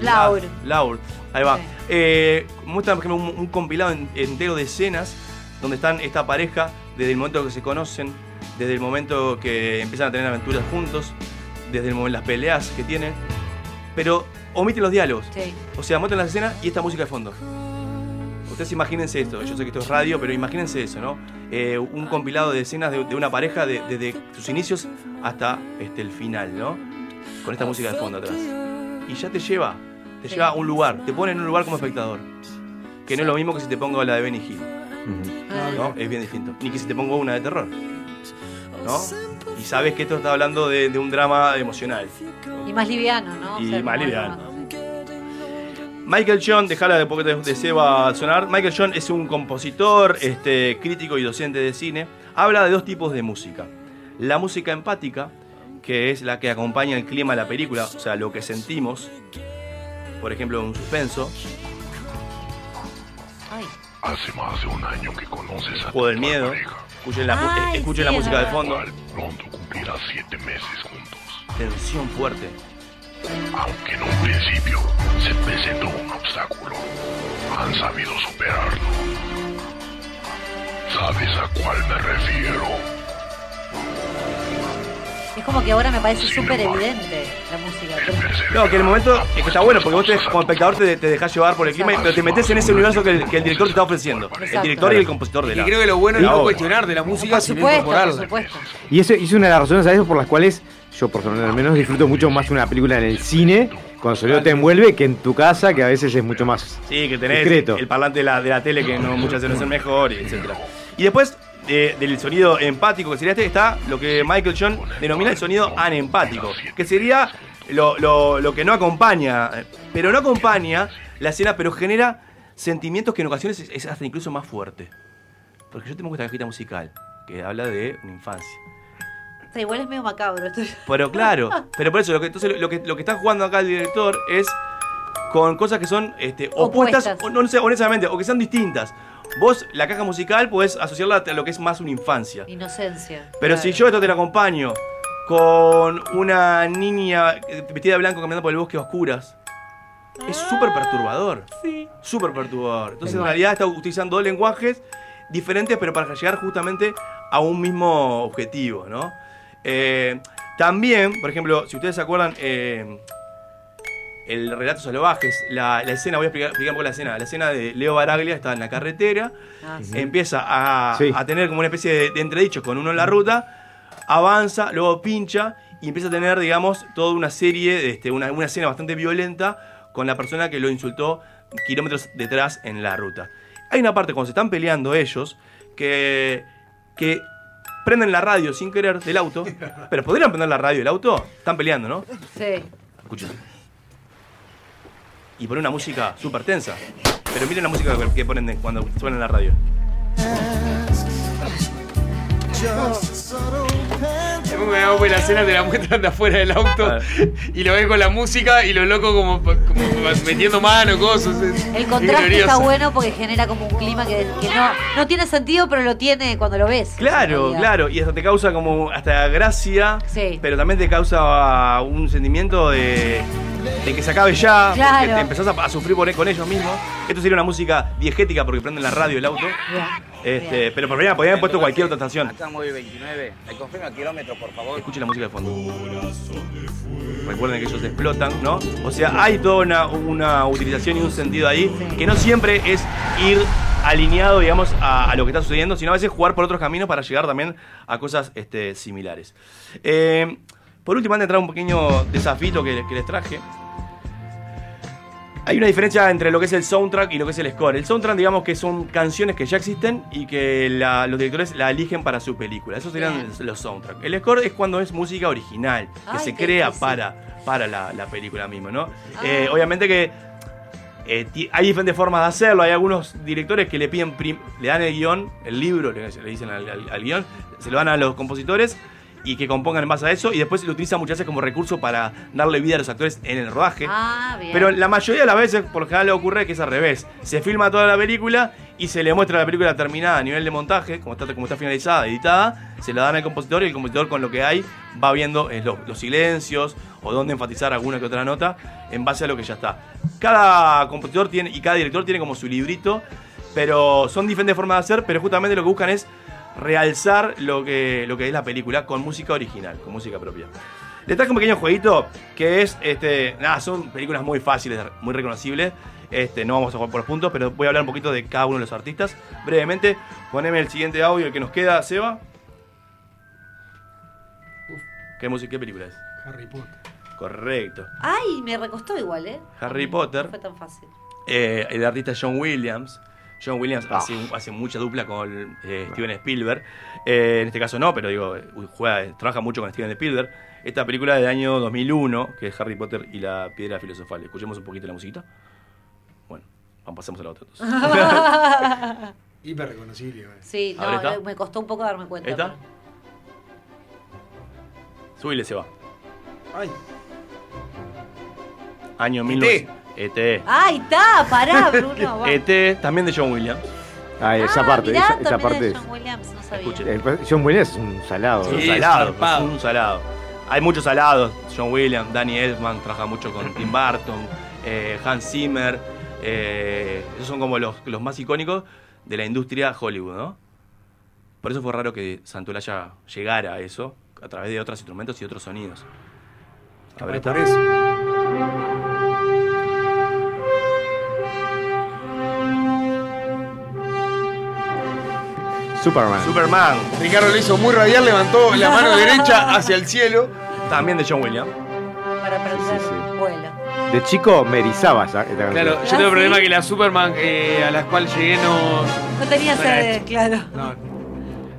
Loud.
Loud. Ahí va. Eh, muestra, por ejemplo, un, un compilado en- entero de escenas donde están esta pareja desde el momento que se conocen, desde el momento que empiezan a tener aventuras juntos, desde el momento las peleas que tienen, pero omiten los diálogos.
Sí.
O sea, muestran las escenas y esta música de fondo. Ustedes imagínense esto, yo sé que esto es radio, pero imagínense eso, ¿no? Eh, un compilado de escenas de, de una pareja de- desde sus inicios hasta este, el final, ¿no? Con esta música de fondo atrás. Y ya te lleva, te lleva a un lugar, te pone en un lugar como espectador. Que no es lo mismo que si te pongo la de Benny Hill, ¿no? Es bien distinto. Ni que si te pongo una de terror, ¿no? Y sabes que esto está hablando de, de un drama emocional
Y más liviano, ¿no? O
y
sea,
más
como
liviano.
algo-
Michael John, dejala de porque de Seba sonar. Michael John es un compositor, este, crítico y docente de cine. Habla de dos tipos de música. La música empática, que es la que acompaña el clima de la película, o sea, lo que sentimos. Por ejemplo, un suspenso,
Hace más de un año que conoces a
o del miedo. Escuchen la, mu- eh,
Ay,
escuchen
sí,
la
es
música de
verdad.
fondo.
Pronto cumplirá siete meses juntos.
Tensión fuerte.
Aunque en un principio se presentó un obstáculo, han sabido superarlo. ¿Sabes a cuál me refiero?
Es como que ahora me parece súper evidente la música. pero-
No, que el momento es que está bueno, porque vos te- como espectador te, te dejás llevar por el clima, pero te metes en ese universo que el, que el director te está ofreciendo. El director y el compositor de
Y
la.
creo que lo bueno
de
es
la
no
obra.
cuestionar de la música, sino incorporarla.
Y eso es una de las razones a eso por las cuales yo personalmente al menos disfruto mucho más una película en el cine, cuando solo te envuelve, que en tu casa, que a veces es mucho más
Sí, que tenés
Discreto.
el parlante de la, de la tele que no, muchas veces no es el mejor, y etc. Y después de- del sonido empático que sería este, está lo que Michael John denomina el sonido anempático, que sería lo, lo- lo que no acompaña, eh, pero no acompaña la escena, pero genera sentimientos que en ocasiones es, es hasta incluso más fuerte. Porque yo tengo esta cajita musical que habla de una infancia.
O sea, igual es medio macabro esto.
Pero claro, pero por eso, lo que, entonces lo que, lo que está jugando acá el director es con cosas que son este, opuestas,
Opuestas.
O, no sé, honestamente, o que sean distintas. Vos, la caja musical, podés asociarla a lo que es más una infancia.
Inocencia.
Pero si yo esto te lo acompaño con una niña eh, vestida de blanco caminando por el bosque a oscuras, es súper perturbador.
Sí.
Súper perturbador. Entonces, en
Lenguaje.
realidad, está utilizando dos lenguajes diferentes, pero para llegar justamente a un mismo objetivo, ¿no? Eh, también, por ejemplo, si ustedes se acuerdan, eh, el relato salvajes, la, la escena, voy a explicar, explicar un poco la escena. La escena de Leo Baraglia está en la carretera, empieza a,
Sí.
a tener como una especie de, de entredichos con uno en la ruta, avanza, luego pincha y empieza a tener, digamos, toda una serie, este, una, una escena bastante violenta con la persona que lo insultó kilómetros detrás en la ruta. Hay una parte cuando se están peleando ellos que, que prenden la radio sin querer del auto, pero podrían prender la radio del auto, están peleando, ¿no?
Sí.
Escuchen. Y ponen una música súper tensa. Pero miren la música que- que ponen de- cuando suena en la radio.
A mí me da pues la escena de la muestran de afuera del
Ah.
auto y lo ven con la música y los locos como, como metiendo mano, cosas. es-
El
es
contraste
glorioso.
está bueno porque genera como un clima que, que no, no tiene sentido, pero lo tiene cuando lo ves.
Claro,
En realidad.
claro. Y hasta te causa como hasta gracia. Pero también te causa uh, un sentimiento de, de que se acabe ya.
Claro.
Porque te empezás a, a sufrir por, e, con ellos mismos. Esto sería una música diegética porque prenden la radio del auto. Este, pero por primera podrían haber puesto cualquier otra estación.
Acá en móvil 29. Me confirma kilómetros, por favor.
Escuchen la música de fondo. Recuerden que ellos explotan, ¿no? O sea, hay toda una, una utilización y un sentido ahí que no siempre es ir alineado, digamos, a, a lo que está sucediendo, sino a veces jugar por otros caminos para llegar también a cosas este, similares. Eh, Por último, antes de entrar un pequeño desafío que, que les traje. Hay una diferencia entre lo que es el soundtrack y lo que es el score. El soundtrack, digamos que son canciones que ya existen y que la- los directores la eligen para su película. Esos serían los soundtracks. El score es cuando es música original, que
Ay,
se
qué
crea
difícil.
para, para la, la película misma, ¿no?
Ah.
Eh, obviamente que eh, ti- hay diferentes formas de hacerlo. Hay algunos directores que le piden, prim- le dan el guión, el libro, le, le dicen al, al- al guión, se lo dan a los compositores y que compongan en base a eso. Y después lo utilizan muchas veces como recurso para darle vida a los actores en el rodaje.
Ah, bien.
Pero la mayoría de las veces, por lo general, ocurre que es al revés. Se filma toda la película y se le muestra la película terminada a nivel de montaje, como está, como está finalizada, editada, se la dan al compositor y el compositor con lo que hay va viendo eh, los, los silencios o dónde enfatizar alguna que otra nota en base a lo que ya está. Cada compositor tiene y cada director tiene como su librito, pero son diferentes formas de hacer, pero justamente lo que buscan es realzar lo que, lo que es la película con música original, con música propia. Le traje un pequeño jueguito que es, este, nada, son películas muy fáciles, muy reconocibles. Este, no vamos a jugar por puntos, pero voy a hablar un poquito de cada uno de los artistas. Brevemente, poneme el siguiente audio, el que nos queda, Seba. ¿Qué, música, qué película es?
Harry Potter.
Correcto.
Ay, me recostó igual, ¿eh?
Harry
No
Potter.
fue
[laughs]
tan fácil.
Eh, el artista John Williams. John Williams
Ah.
hace, hace mucha dupla con eh, Steven Spielberg. Eh, en este caso no, pero digo, eh, juega, trabaja mucho con Steven Spielberg. Esta película del año 2001, que es Harry Potter y la piedra filosofal. Escuchemos un poquito la musiquita. Bueno, vamos, pasamos a la otra.
[laughs]
entonces.
Hiper reconocible. güey.
Sí,
A ver, ¿está?
no, me costó un poco darme cuenta.
¿Esta? Subile, se va.
Ay.
E
Año E 19... ET.
¡Ay, está!
[laughs]
Pará, Bruno. va.
ET, E también de John Williams.
Ah, esa parte,
Ah, mirá,
esa, esa
también
parte
de
es.
John Williams, no sabía.
El pa- John Williams es un salado.
Sí, es un salado, es un salado. Hay muchos salados. John Williams, Danny Elfman, trabaja mucho con Tim Burton, eh, Hans Zimmer. eh, esos son como los, los más icónicos de la industria Hollywood, ¿no? Por eso fue raro que Santolaya llegara a eso a través de otros instrumentos y otros sonidos. A ver,
Capaz
esta.
por eso.
Superman.
Superman.
Ricardo lo hizo muy radial, levantó la mano derecha hacia el cielo.
También de John Williams.
Para perder vuelo.
De chico me erizaba esa- esta canción. Ah,
Claro,
Ah,
yo tengo el problema que la Superman eh, a las cuales llegué no.
No tenía
No era
sede, claro.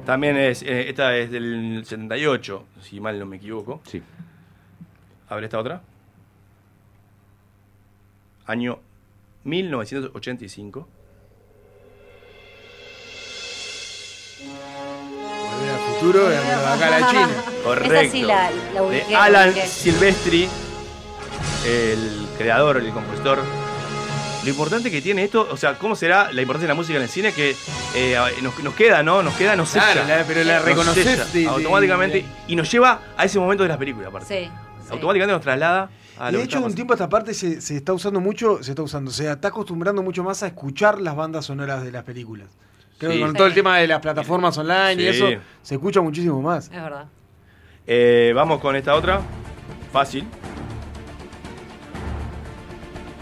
También es. eh, esta es del 78, si mal no me equivoco.
Sí.
A ver esta otra. Año 1985.
Volver al futuro, de acá a la China.
Correcto.
Esa sí la, la ubiqué,
de
la
Alan
ubiqué.
Silvestri, el creador, el compositor. Lo importante que tiene esto, o sea, ¿cómo será la importancia de la música en el cine? Que eh, nos, nos queda, ¿no? Nos queda, nos
Claro,
sella.
la- pero la
Nos
reconoces
sella
de- de-
automáticamente
de-
y nos lleva a ese momento de las películas, aparte.
Sí.
Automáticamente nos traslada a
Y
Ah,
de
lo que
hecho, de
estamos-
un tiempo a esta parte se, se está usando mucho, se está usando, se está acostumbrando mucho más a escuchar las bandas sonoras de las películas. Creo
Sí.
que con todo el tema de las plataformas online y
Sí.
eso, se escucha muchísimo más.
Es verdad.
Eh, vamos con esta otra. Fácil.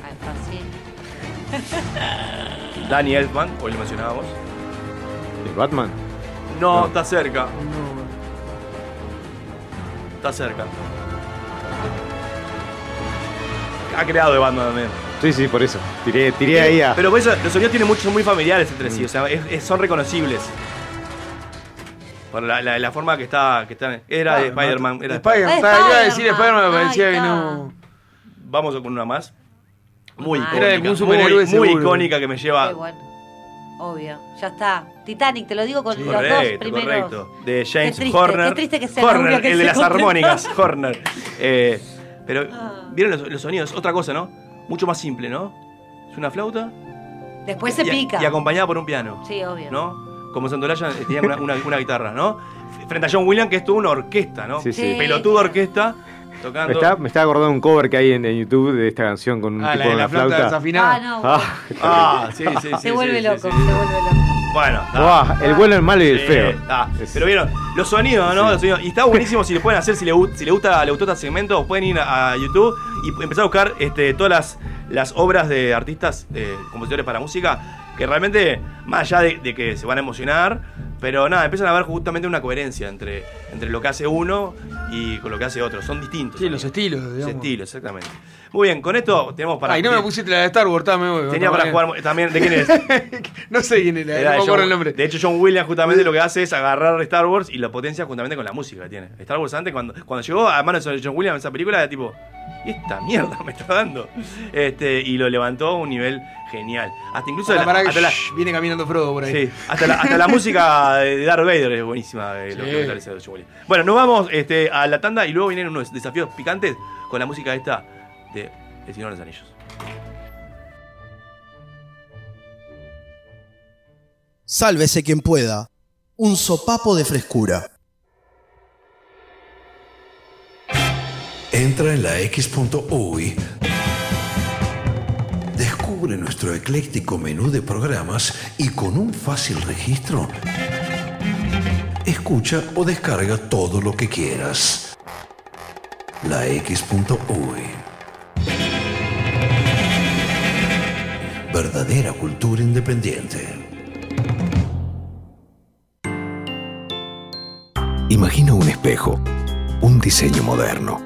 Ay, fácil.
Ah. Danny Elfman, hoy lo mencionábamos.
¿De Batman?
No, está cerca. Está cerca. Ha creado de Batman también.
Sí, sí, por eso. Tiré, tiré ahí a.
Pero por eso, los sonidos tienen muchos, son muy familiares entre
Mm.
sí, o sea, es- es- son reconocibles. Por la, la- la forma que está. Que está era de
Ah, no,
Spider-Man. Era de
Spider-Man,
Spider-Man.
estaba- iba a decir Spider-Man, me parecía que no.
Vamos con una más. Muy
Era de
icónica.
algún superhéroe
muy, muy
seguro.
icónica que me lleva.
Qué bueno. Obvio. Ya está. Titanic, te lo digo con los dos
Correcto,
primeros.
correcto. De James
Qué triste,
Horner.
qué triste que sea la
Horner,
única que
el de
se
las
compre.
armónicas,
[laughs]
Horner. Eh, pero,
Ah.
¿vieron los, los sonidos? Otra cosa, ¿no? Mucho más simple, ¿no? Es una flauta.
Después Pues se
y a-
pica.
Y acompañada por un piano.
Sí, obvio.
¿no? Como Santolaya eh, tenía una, una- una guitarra, ¿no? Frente a John Williams, que es toda una orquesta, ¿no?
Sí, sí. Sí.
Pelotuda orquesta,
Me
tocando.
estaba, me estaba acordando de un cover que hay en, en YouTube de esta canción con un
Ah,
tipo
la de
con
la
una
flauta
flauta.
desafinada. Ah, no,
Ah,
Ah,
[laughs]
sí, sí, sí.
se vuelve
sí, sí, sí.
loco, se vuelve loco.
Bueno, está.
Buah, el bueno, el malo y el
Ah. Sí,
feo.
está. Pero vieron, los sonidos, ¿no? Los sonidos. Y está buenísimo si lo pueden hacer, si les, gust- si les gusta, le gustó este segmento, pueden ir a, a YouTube y p- empezar a buscar este, todas las, las obras de artistas, eh, compositores para música, que realmente, más allá de, de que se van a emocionar, Pero nada, empiezan a ver justamente una coherencia entre, entre lo que hace uno y con lo que hace otro. Son distintos.
Sí, los estilos,
Los
digamos.
estilos, exactamente. Muy bien, con esto tenemos para.
Ay, no me pusiste la de Star Wars, tá, me voy.
Tenía para jugar también. ¿De quién es?
[laughs] no sé quién era, no me
de,
acuerdo
John-
el nombre.
de hecho, John Williams justamente lo que hace es agarrar Star Wars y lo potencia justamente con la música que tiene. Star Wars antes, cuando, cuando llegó a manos de John Williams esa película, era tipo, ¿y esta mierda me está dando? Este, y lo levantó a un nivel genial. Hasta incluso...
Ah, Pará,
la-
pará, que
hasta la-
shh, viene caminando Frodo por ahí.
Sí, hasta la,
[laughs]
hasta la música de Darth Vader es buenísima. eh, lo
Sí.
que me parece de John Williams. Bueno, nos vamos este, a la tanda y luego vienen unos desafíos picantes con la música esta de El Señor de los Anillos.
Sálvese quien pueda. Un sopapo de frescura.
Entra en la X.UI. Descubre nuestro ecléctico menú de programas y con un fácil registro, escucha o descarga todo lo que quieras. La X.UI. Verdadera cultura independiente.
Imagina un espejo, un diseño moderno.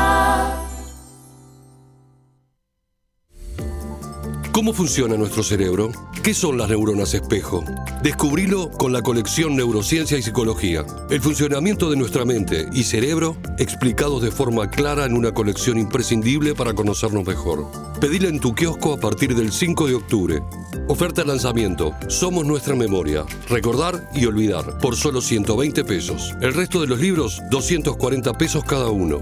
¿Cómo funciona nuestro cerebro? ¿Qué son las neuronas espejo? Descubrilo con la colección Neurociencia y Psicología. El funcionamiento de nuestra mente y cerebro explicados de forma clara en una colección imprescindible para conocernos mejor. Pedila en tu kiosco a partir del 5 de octubre. Oferta de lanzamiento. Somos nuestra memoria. Recordar y olvidar. Por solo 120 pesos. El resto de los libros, 240 pesos cada uno.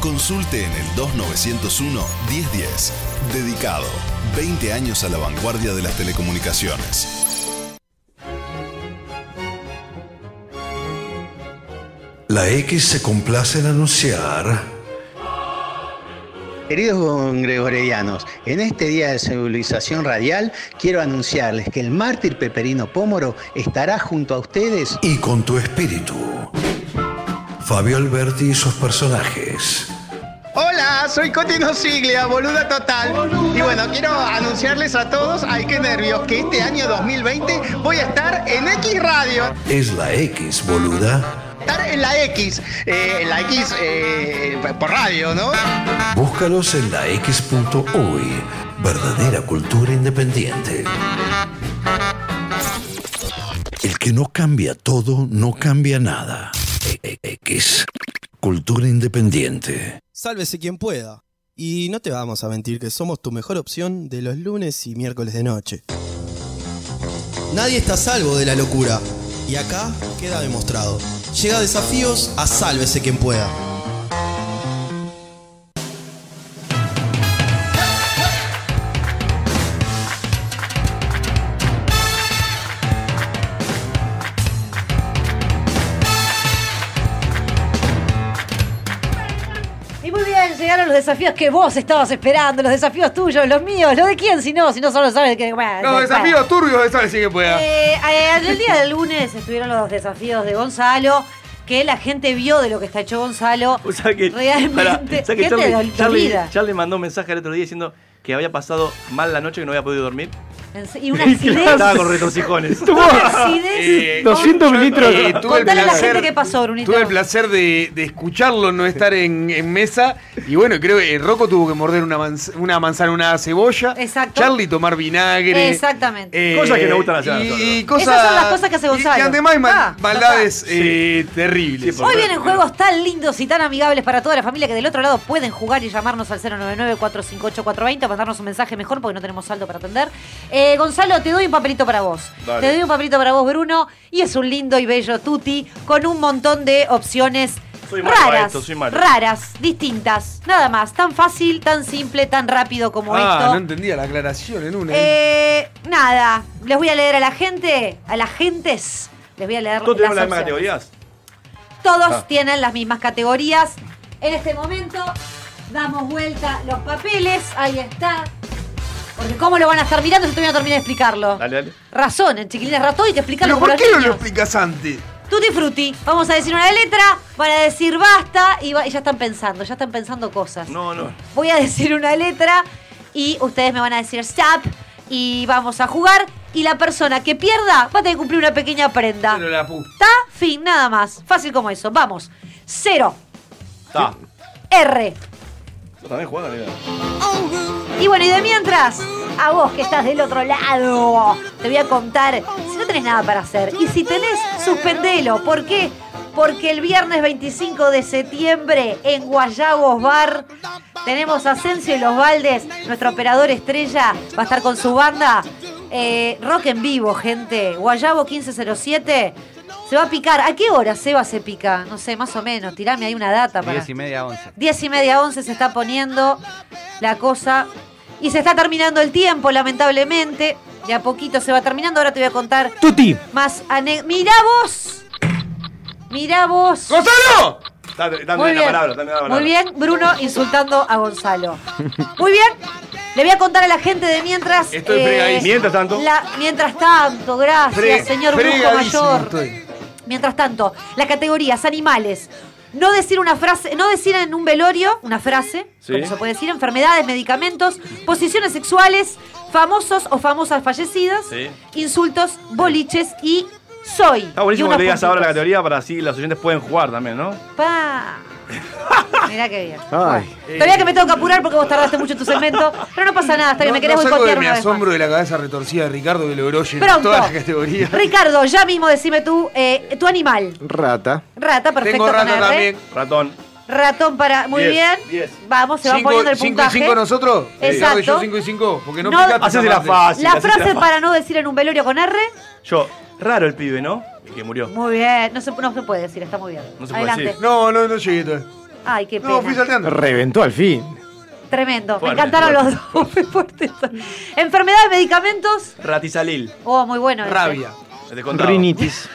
Consulte en el 2901 1010. Dedicado. 20 años a la vanguardia de las telecomunicaciones.
La X se complace en anunciar
Queridos gregorianos, en este día de civilización radial quiero anunciarles que el mártir Peperino Pómoro estará junto a ustedes
y con tu espíritu. Fabio Alberti y sus personajes.
Hola, soy Cotino Siglia, boluda total. Y bueno, quiero anunciarles a todos, ay qué nervios, que este año 2020 voy a estar en X Radio.
Es la X, boluda.
Estar en la X, eh, en la X eh, por radio, ¿no?
Búscalos en la X.uy. Verdadera cultura independiente. El que no cambia todo, no cambia nada. E- e- X. Cultura independiente.
Sálvese quien pueda. Y no te vamos a mentir que somos tu mejor opción de los lunes y miércoles de noche. Nadie está a salvo de la locura. Y acá queda demostrado. Llega desafíos a Sálvese quien pueda.
Y muy bien, llegaron los desafíos que vos estabas esperando, los desafíos tuyos, los míos, los de quién, si no, si no solo sabes que... bueno,
Los
bueno.
desafíos turbios de Sal sí que pueda.
Eh, eh, el día del lunes estuvieron los desafíos de Gonzalo, que la gente vio de lo que está hecho Gonzalo.
O sea que,
Realmente,
pará, o sea que
gente
Charlie,
dol-
Charlie-
dolida.
Charlie mandó un mensaje el otro día diciendo que había pasado mal la noche que no había podido dormir.
Y una acidez.
Estaba con retorcijones.
Una acidez.
200 mililitros. Eh, tuve el
Contale a la
placer-
gente qué pasó, Brunito.
Tuve el placer de, de escucharlo, no estar en, en mesa. Y bueno, creo que eh, Rocco tuvo que morder una, manz- una manzana, una cebolla.
Exacto.
Charlie tomar vinagre.
Exactamente.
Eh,
Cosas que nos gustan hacer a
Y,
nosotros.
y cosas.
Esas son las cosas que hace Gonzalo.
Y, y además, mal-
Ah,
maldades eh, terribles.
Hoy vienen juegos tan lindos y tan amigables para toda la familia que del otro lado pueden jugar y llamarnos al 099-458-420 o mandarnos un mensaje mejor porque no tenemos saldo para atender. Eh, Eh, Gonzalo, te doy un papelito para vos.
Dale.
Te doy un papelito para vos, Bruno. Y es un lindo y bello tutti con un montón de opciones
Soy malo para
raras,
esto, soy malo.
raras, distintas. Nada más, tan fácil, tan simple, tan rápido como
ah,
esto.
no entendía la aclaración en una.
Eh, nada, les voy a leer a la gente, a las gentes. Les voy a leer
¿Todos tenemos
las
las mismas
opciones.
categorías?
Todos
Ah.
tienen las mismas categorías. En este momento damos vuelta los papeles. Ahí está. Porque cómo lo van a estar mirando si todavía no termino de explicarlo.
Dale, dale.
Razonen, chiquilines, ratón y te explicarlo
¿Pero por
como los
qué no
niños.
lo explicas antes?
Tutti frutti. Vamos a decir una letra, van a decir basta y, va- y ya están pensando, ya están pensando cosas.
No, no.
Voy a decir una letra y ustedes me van a decir stop y vamos a jugar. Y la persona que pierda va a tener que cumplir una pequeña prenda.
Pero la pu-
Ta, fin, nada más. Fácil como eso. Vamos. Cero.
Está.
R.
Yo también jugando, mira.
Y bueno, y de mientras, a vos que estás del otro lado, te voy a contar si no tenés nada para hacer. Y si tenés, suspendelo. ¿Por qué? Porque el viernes 25 de septiembre en Guayabos Bar tenemos a Asensio y los Valdes, nuestro operador estrella, va a estar con su banda. Eh, rock en vivo, gente. Guayabo 1507. Se va a picar. ¿A qué hora, Seba, se pica? No sé, más o menos. Tirame ahí una data para.
10 y media, 11.
10 y media, 11 se está poniendo la cosa. Y se está terminando el tiempo, lamentablemente. De a poquito se va terminando. Ahora te voy a contar
Tuti.
más ane... ¡Mirá vos! ¡Mirá vos!
¡Gonzalo! Dame, dame
Muy
la
bien.
palabra, dame la palabra.
Muy bien, Bruno insultando a Gonzalo. Muy bien, le voy a contar a la gente de mientras. eh,
Estoy fregadísimo. Mientras tanto.
la- mientras tanto, gracias,
Fre-
señor Brujo
fregadísimo
Mayor.
estoy.
Mientras tanto, las categorías, animales. No decir una frase, no decir en un velorio una frase,
Sí.
como se puede decir, enfermedades, medicamentos, posiciones sexuales, famosos o famosas fallecidas,
Sí.
insultos, boliches y soy.
Está buenísimo
Y
que
unos
le digas ahora la
puntitos.
categoría para así los oyentes pueden jugar también, ¿no?
Pa. Mirá qué bien.
Ay.
Todavía que me tengo que apurar porque vos tardaste mucho en tu segmento, pero no pasa nada, hasta que
No,
me querés
no salgo de
boicotear
mi
una vez más.
asombro de la cabeza retorcida de Ricardo que logró llenar
Pronto.
todas las categorías.
Ricardo, ya mismo decime tú, eh, tu animal.
Rata.
Rata, perfecto.
Tengo rata
con R. ¿eh?
también.
Ratón.
Ratón para. Muy
Diez,
bien. Vamos, se va
Cinco-
poniendo el
cinco y
puntaje.
cinco nosotros?
Exacto.
Claro, yo 5 y 5, porque no,
No-
picaste.
Hacésela
esa parte.
fácil,
la
hacésela
frase
fácil.
para no decir en un velorio con R.
Yo, raro el pibe, ¿no? El que murió.
Muy bien. No se, no se puede decir, está muy bien.
No se puede
Adelante.
decir.
No, no, no llegué todavía.
Ay, qué pena.
No, fui salteando.
Reventó al fin.
Tremendo.
Fuerte,
Me encantaron los dos. [laughs] Muy fuerte esto. Enfermedades, medicamentos.
Ratizalil.
Oh, muy bueno. ese.
Rabia. Te contaba.
Rinitis.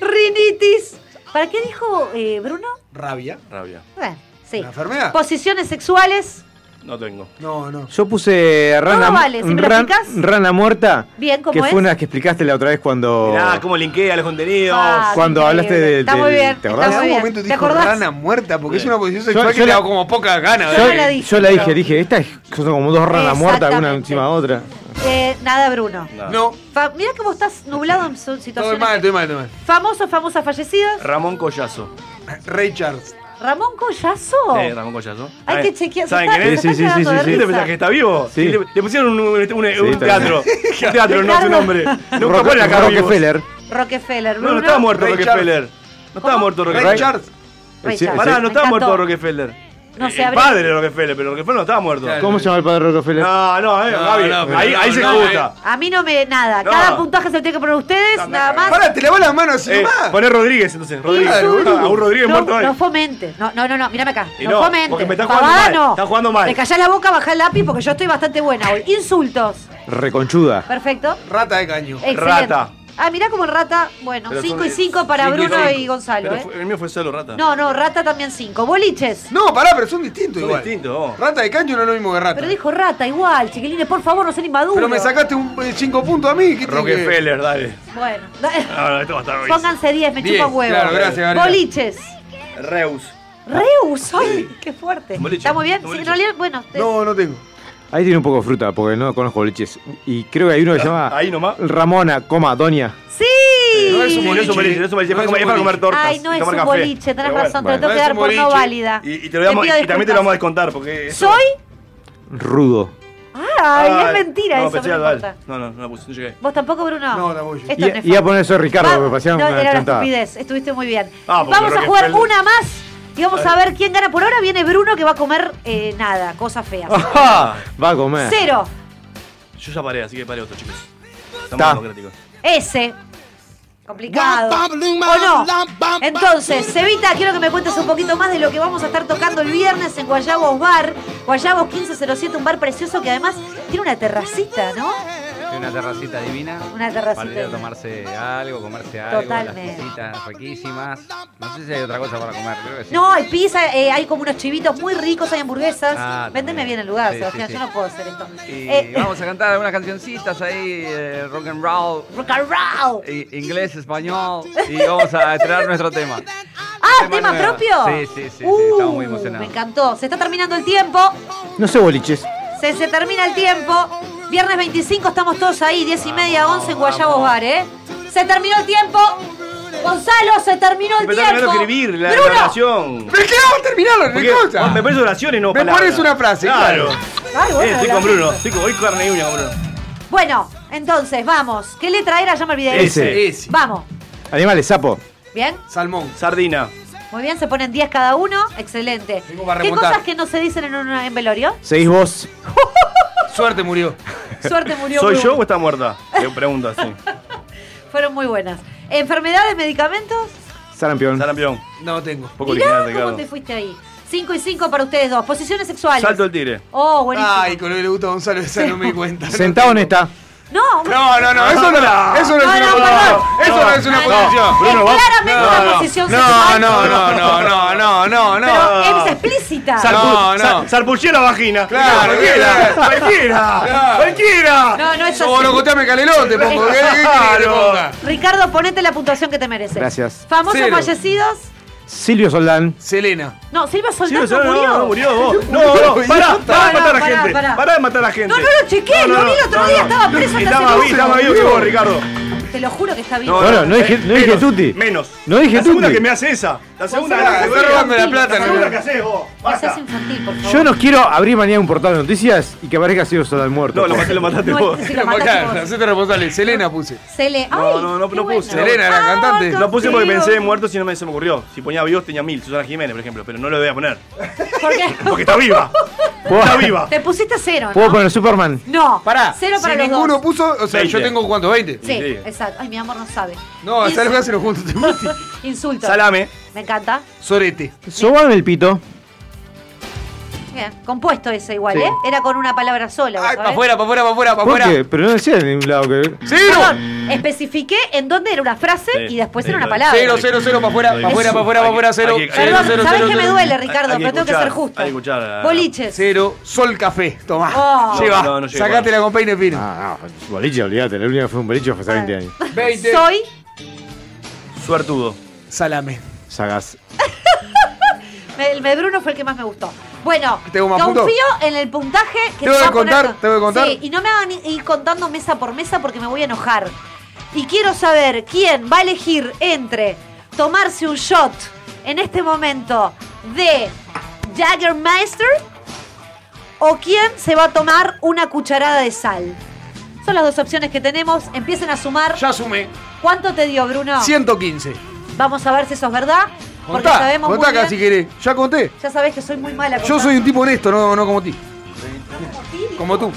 Rinitis. ¿Para qué dijo eh, Bruno?
Rabia.
Rabia.
Bueno, sí.
¿La enfermedad?
Posiciones sexuales.
No tengo.
No, no.
Yo puse rana,
vale, si me lo
ran-
explicas.
rana muerta.
Bien, ¿cómo
que
es?
fue una que explicaste la otra vez cuando.
Mirá Oh. Ah, cómo linkea los contenidos.
Ah,
Cuando
increíble.
hablaste del-
Está muy
del-
bien.
¿te
está
acordás?
En
muy
algún
bien.
momento
¿Te
dijo
acordás?
rana muerta, porque es una posición sexual
Yo-
que
yo
le
la-
da como pocas ganas.
yo,
no la dije,
yo la dije,
pero-
dije, esta es- son como dos ranas muertas, una encima de otra.
Eh, nada, Bruno.
No,
Fa- Mirá cómo estás nublado en su
estoy
situación.
mal, estoy mal, Eh, estoy mal.
Famosos, famosas fallecidas.
Ramón Collazo.
Ray Charles.
Ramón Collazo.
Eh, Ramón Collazo.
Hay
¿Saben-
que chequear, se
¿Saben
está-
quién es?
se está Sí, sí, cagando sí, de sí, sí.
¿Quién te pensás que está vivo?
Sí.
Le, le pusieron un, un- un- un
está
teatro. Un teatro, no
Ricardo.
su nombre. Nunca
Roque-
ponen acá vivos.
Rockefeller.
Rockefeller.
No,
Bruno.
no estaba muerto
Ray
Rockefeller. No estaba muerto Rockefeller.
Ray Charles.
Ray Charles.
Eh, Pará,
Me
no estaba
encantó.
muerto Rockefeller.
No sé,
El
habrá-
padre de Rockefeller, pero Rockefeller no estaba muerto.
¿Cómo se llama el padre Rockefeller?
No, no, eh,
No,
Gaby,
no, pero
ahí,
no,
ahí se
no,
gusta.
A mí no me. Nada.
No.
Cada puntaje se lo tiene que poner ustedes, nada más.
Pará, te lavó las manos así
Eh,
nomás.
poné Rodríguez entonces, Rodríguez.
Claro,
Ah,
boludo.
un Rodríguez
no,
muerto ahí.
no fomente. No, no, no, no. Mírame acá.
Y
no,
no,
fomente.
porque me están jugando
Pavada,
mal,
no.
están jugando mal.
Te callás la boca, bajá el lápiz porque yo estoy bastante buena hoy. Insultos.
Reconchuda.
Perfecto.
Rata de caño.
Excelente. Ah, mirá como el rata. Bueno,
Pero
5
son-
y 5 para
cinco
Bruno
cinco.
y Gonzalo.
Pero
¿eh?
fue- El mío fue solo rata.
No, no, rata también 5. Boliches.
No, pará, pero son distintos
Son
igual.
distintos, vos.
Rata de caño no es lo mismo que rata.
Pero
Pero,
dijo rata igual, chiquilines, por favor, no sean inmaduros.
me sacaste un 5 puntos a mí. ¿qué tiene que-
Rockefeller,
[laughs]
dale.
Bueno, eh,
No, no, esto va a estar buenísimo.
pónganse 10, me
Diez,
chupa huevo.
claro, gracias, Gabriela.
Boliches.
Reus.
Reus, ay, qué fuerte.
Boliche,
¿Está muy bien? Sí,
boliche.
en realidad, bueno. te-
No, no tengo.
Ahí tiene un poco de fruta, porque no conozco boliches. Y creo que hay uno que se llama
Ahí nomás.
Ramona, coma, Doña.
eh, ¡Sí!
No es un boliche, no es un boliche, no es un boliche, es para comer- es para comer tortas.
Ay, no
y
es
tomar
un
café.
boliche, tenés
Pero bueno.
razón, te lo tengo
No
que
es
dar
un
por no
boliche.
válida.
Y, y te lo damos,
pido
y también te lo vamos a
disculpas.
descontar porque. eso-
¿Soy?
Rudo.
Ay, es mentira
Ah, no,
eso,
pensé
no
algo, dale.
importa.
No, no, no la puse, no
[laughs]
llegué.
¿Vos tampoco, Bruno?
No, tampoco yo.
Esto es nefasto.
Y, y a poner eso de Ricardo,
Va-
porque parecía
no,
una
era una
chantada.
estupidez, estuviste muy bien.
Ah, porque
Vamos a
Rockefeller-
jugar una más y vamos a
Dale.
ver
[laughs]
quién
Ah,
gana. Por ahora viene Bruno que va a comer eh, nada, cosas feas.
Ajá, Va a comer.
Cero.
Yo ya paré, así que paré otro, chicos. Estamos
Ta.
democráticos.
Ese. Complicado. ¿O no? Entonces, Cevita, quiero que me cuentes un poquito más de lo que vamos a estar tocando el viernes en Guayabos Bar. Guayabos 1507, un bar precioso que además tiene una terracita, ¿no?
Tiene una terracita divina.
Una terracita
Para ir a
divina.
tomarse algo, comerse algo.
Totalmente.
Las cositas riquísimas. No sé si hay otra cosa para comer, creo que sí.
No, hay pizza, eh, hay como unos chivitos muy ricos, hay hamburguesas.
Ah,
Véndeme bien el lugar,
Sí,
Sebastián,
sí,
yo
sí.
no puedo hacer esto.
Y
Eh,
vamos a cantar algunas cancioncitas ahí, eh, rock and roll.
Rock and roll.
Y- inglés, español. Y vamos a estrenar nuestro tema.
ah, ¿tema
nuevo.
propio?
Sí, sí, sí, sí, estamos muy
Me
emocionados.
encantó. Se está terminando el tiempo.
No sé boliches.
Se, se termina el tiempo. Viernes 25 estamos todos ahí, 10 y media, 11 en Guayabos Bar, ¿eh? Se terminó el tiempo. Gonzalo, se terminó el
Me está terminando
tiempo.
de escribir la,
Bruno.
la oración.
¡Me quedaba terminarlo,
Porque
Ricocha!
Me pones oraciones, no
Me
palabras.
pones una frase,
Claro.
claro.
Claro,
Eh,
bueno,
estoy
la-
con Bruno. Estoy con, hoy carne y uña con Bruno.
Bueno, entonces, vamos. ¿Qué letra era? Ya me olvidé.
Ese. Ese.
Vamos.
Animales, sapo.
¿Bien?
Salmón.
Sardina.
Muy bien, se ponen 10 cada uno. Excelente.
para
¿Qué
remontar.
cosas que no se dicen en, una- en velorio?
Seguís vos.
[laughs] Suerte murió.
Suerte murió.
¿Soy
Bruno.
yo o está muerta? Le pregunto así.
[laughs] Fueron muy buenas. ¿Enfermedades, medicamentos?
Sarampión.
[laughs] Sarampión.
No tengo.
Poco original,
Mirá cómo
Ricardo.
te fuiste ahí. 5 y 5 para ustedes dos. Posiciones sexuales.
Salto del tigre.
Oh, buenísimo.
Ay, con lo que le gusta a Gonzalo, esa no me di cuenta.
Sentado en esta.
No,
No, no, no, eso no, eso no es una posición. Eso no es una posición.
Bruno, vos- claramente
No,
una
no.
posición
No,
sexual.
no, no, no, no, no, no,
Pero es
no.
explícita.
No, no.
Sarpuché la vagina.
Claro,
cualquiera,
claro.
cualquiera,
Claro.
cualquiera.
No, no es
Yo
así.
no contame calelote, poco. ¿Qué qué quiere que le ponga?
Ricardo, ponete la puntuación que te mereces.
Gracias.
Famosos
Cero.
fallecidos.
Silvio Soldán.
Selena.
No, Silva
Sí,
Soldán
o sea, no,
murió.
no, no, murió
[laughs]
vos. No, no, pará, pará de
No, no,
matar a la
pará,
gente.
pará.
Pará de matar a la gente.
No, no lo chequeé, lo vi el otro día, estaba preso hasta
Estaba
hace
vivo, estaba
poco.
vivo que vos, Ricardo.
Te lo juro que está vivo.
No, no, no dije, no dije tutti.
Menos.
No dije
La segunda
tutti.
que me hace esa. La segunda
Gonzalo,
que
me está robando la
plata,
La
no.
segunda que haces vos.
No
Basta.
seas infantil, por favor.
Yo no quiero abrir mañana un portal de noticias y que aparezca Silvio Soldán muerto.
No, lo maté, lo mataste
No, este
vos.
es- Si la mataste vos.
Acá, hacete responsable. Selena puse.
Se le. Ay,
No, no, no,
qué
no
bueno.
puse.
Selena, la
Ah,
cantante.
No puse porque
Digo.
pensé en muertos y no me, se me ocurrió. Si ponía vivos tenía mil, Susana Jiménez, por ejemplo, pero no lo voy a poner.
¿Por qué?
Porque está viva.
¿Puedo,
Está viva.
Te pusiste cero,
puedo
¿no?
poner Superman?
No.
Pará.
Ah, Cero para
ah, si
los
ninguno
dos.
puso, o sea, yo
Veinte.
tengo cuánto, 20.
Sí,
Sí.
exacto. Ay, mi amor no sabe.
No, hasta
Insu-
el se lo junto.
Insulto.
Salame.
Me encanta.
Sorete.
Sobame el pito.
Bien. Compuesto ese igual,
Sí.
¿eh? Era con una palabra sola. ¿vos
Ay, para
sabés?
afuera, para afuera, para afuera, para
¿Por
afuera.
qué? Pero no decía en ningún lado que.
¡Cero!
Perdón, especifiqué en dónde era una frase
Sí,
y después
sí,
era una
lo-
palabra.
Cero, cero, cero, para afuera, para afuera, para afuera, para afuera, cero.
Hay que- hay
Cero,
que-
Perdón,
cero,
¿sabés
cero,
que me
cero.
duele, Ricardo?
Hay que
pero tengo que
escuchar,
ser justo.
hay que escuchar, ah, no.
Boliches.
Cero, sol café, tomá.
Oh.
Lleva,
No, no, no llego.
sacátela con peine fino.
Ah, no, boliche, olvídate. La única que fue un boliche fue
Ah.
hace 20 años.
20.
[laughs] Soy.
Suertudo.
Salame.
Sagaz.
me- El de Bruno fue el que más me gustó. Bueno,
¿Tengo más
confío
puntos?
en el puntaje que
¿Tengo
te
que
va a poner-
contar? ¿Tengo que contar?
Sí, y no me hagan i- ir contando mesa por mesa porque me voy a enojar. Y quiero saber quién va a elegir entre tomarse un shot en este momento de Jaggermeister o quién se va a tomar una cucharada de sal. Son las dos opciones que tenemos. Empiecen a sumar.
Ya sumé.
¿Cuánto te dio, Bruno?
115.
Vamos a ver si eso es verdad. Porque
Contá,
sabemos muy
contá acá
bien-
si querés. Ya conté.
Ya sabés que soy muy mala.
Yo
contando.
soy un tipo honesto, no, no como ti. Como tú.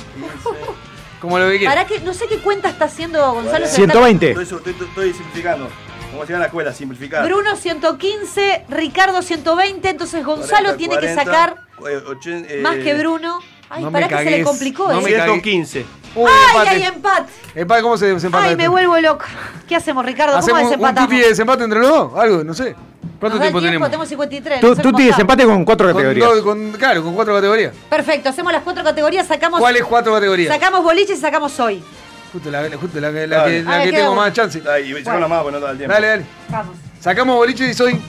Como lo que quieras.
Pará que no sé qué cuenta está haciendo Gonzalo. se está-
120.
Estoy, su- estoy- estoy simplificando. Como si a la escuela, simplificar.
Bruno 115, Ricardo 120, entonces Gonzalo
40,
tiene que
40,
sacar
eh, ochen- eh,
más que Bruno. Ay,
no me
pará que se le
cagues,
complicó eh.
no
eso.
me cagues.
115.
Uy,
Ay,
empate.
ay, empate.
Empate, Eh, ¿cómo se desempata?
Ay,
esto?
me vuelvo loca. ¿Qué hacemos, Ricardo? ¿Cómo
¿Hacemos un
desempatamos?
tuti de desempate entre los dos? Algo, no sé. ¿Cuánto
Nos da el
tiempo tenemos?
Tengo 53. no
Tú,
sé
tú
cómo
tienes
estamos.
empate con cuatro
Con
categorías.
dos- con- claro, con cuatro categorías.
Perfecto, hacemos las cuatro categorías, sacamos.
¿Cuáles cuatro categorías?
Sacamos boliches y sacamos hoy.
Justo la, justo la, la que- la
Dale.
que, la
Dale,
que
queda
tengo
una.
más chance.
Ay, y saca
Bueno.
una más porque no da el tiempo.
Dale, dale.
Vamos.
Sacamos boliche y soy.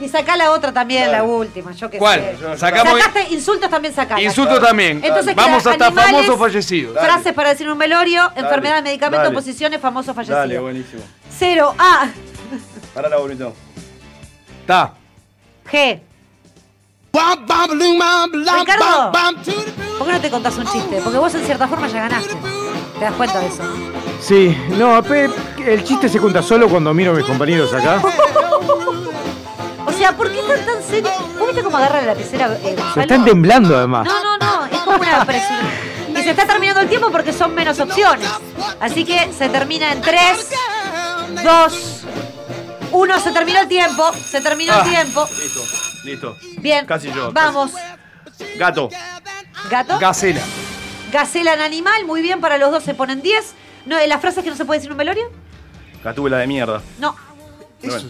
Y sacá la otra también, la última, yo qué
¿Cuál?
sé.
Sacamos-
Sacaste insultos también sacamos.
Insulto también.
Entonces
Vamos
queda
hasta
animales,
famosos fallecidos.
Dale.
Frases para decir un velorio, enfermedades, medicamentos,
dale.
posiciones, famosos
Dale,
fallecidos.
buenísimo.
0 A,
Pará la bonito.
Está.
G. Ricardo, ¿por qué no te contás un chiste? Porque vos en cierta forma ya ganaste. ¿Te das cuenta de eso?
Sí, no, pe- el chiste se cuenta solo cuando miro a mis compañeros acá.
O sea, ¿por qué están tan serios? ¿Vos viste cómo agarra la lapicera? eh,
Se
Gonzalo?
están temblando además.
No, no, no, es como una presión. Y se está terminando el tiempo porque son menos opciones. Así que se termina en 3, 2, 1. Se terminó el tiempo. Se terminó
Ah,
el tiempo.
Listo, listo.
Bien.
Casi yo.
Vamos.
casi. Gato.
Gato.
Gacela.
Gacela en animal. Muy bien, para los dos se ponen 10. No, eh, ¿Las frases que no se puede decir en un velorio?
Gatúbela de mierda.
No.
Pero bueno.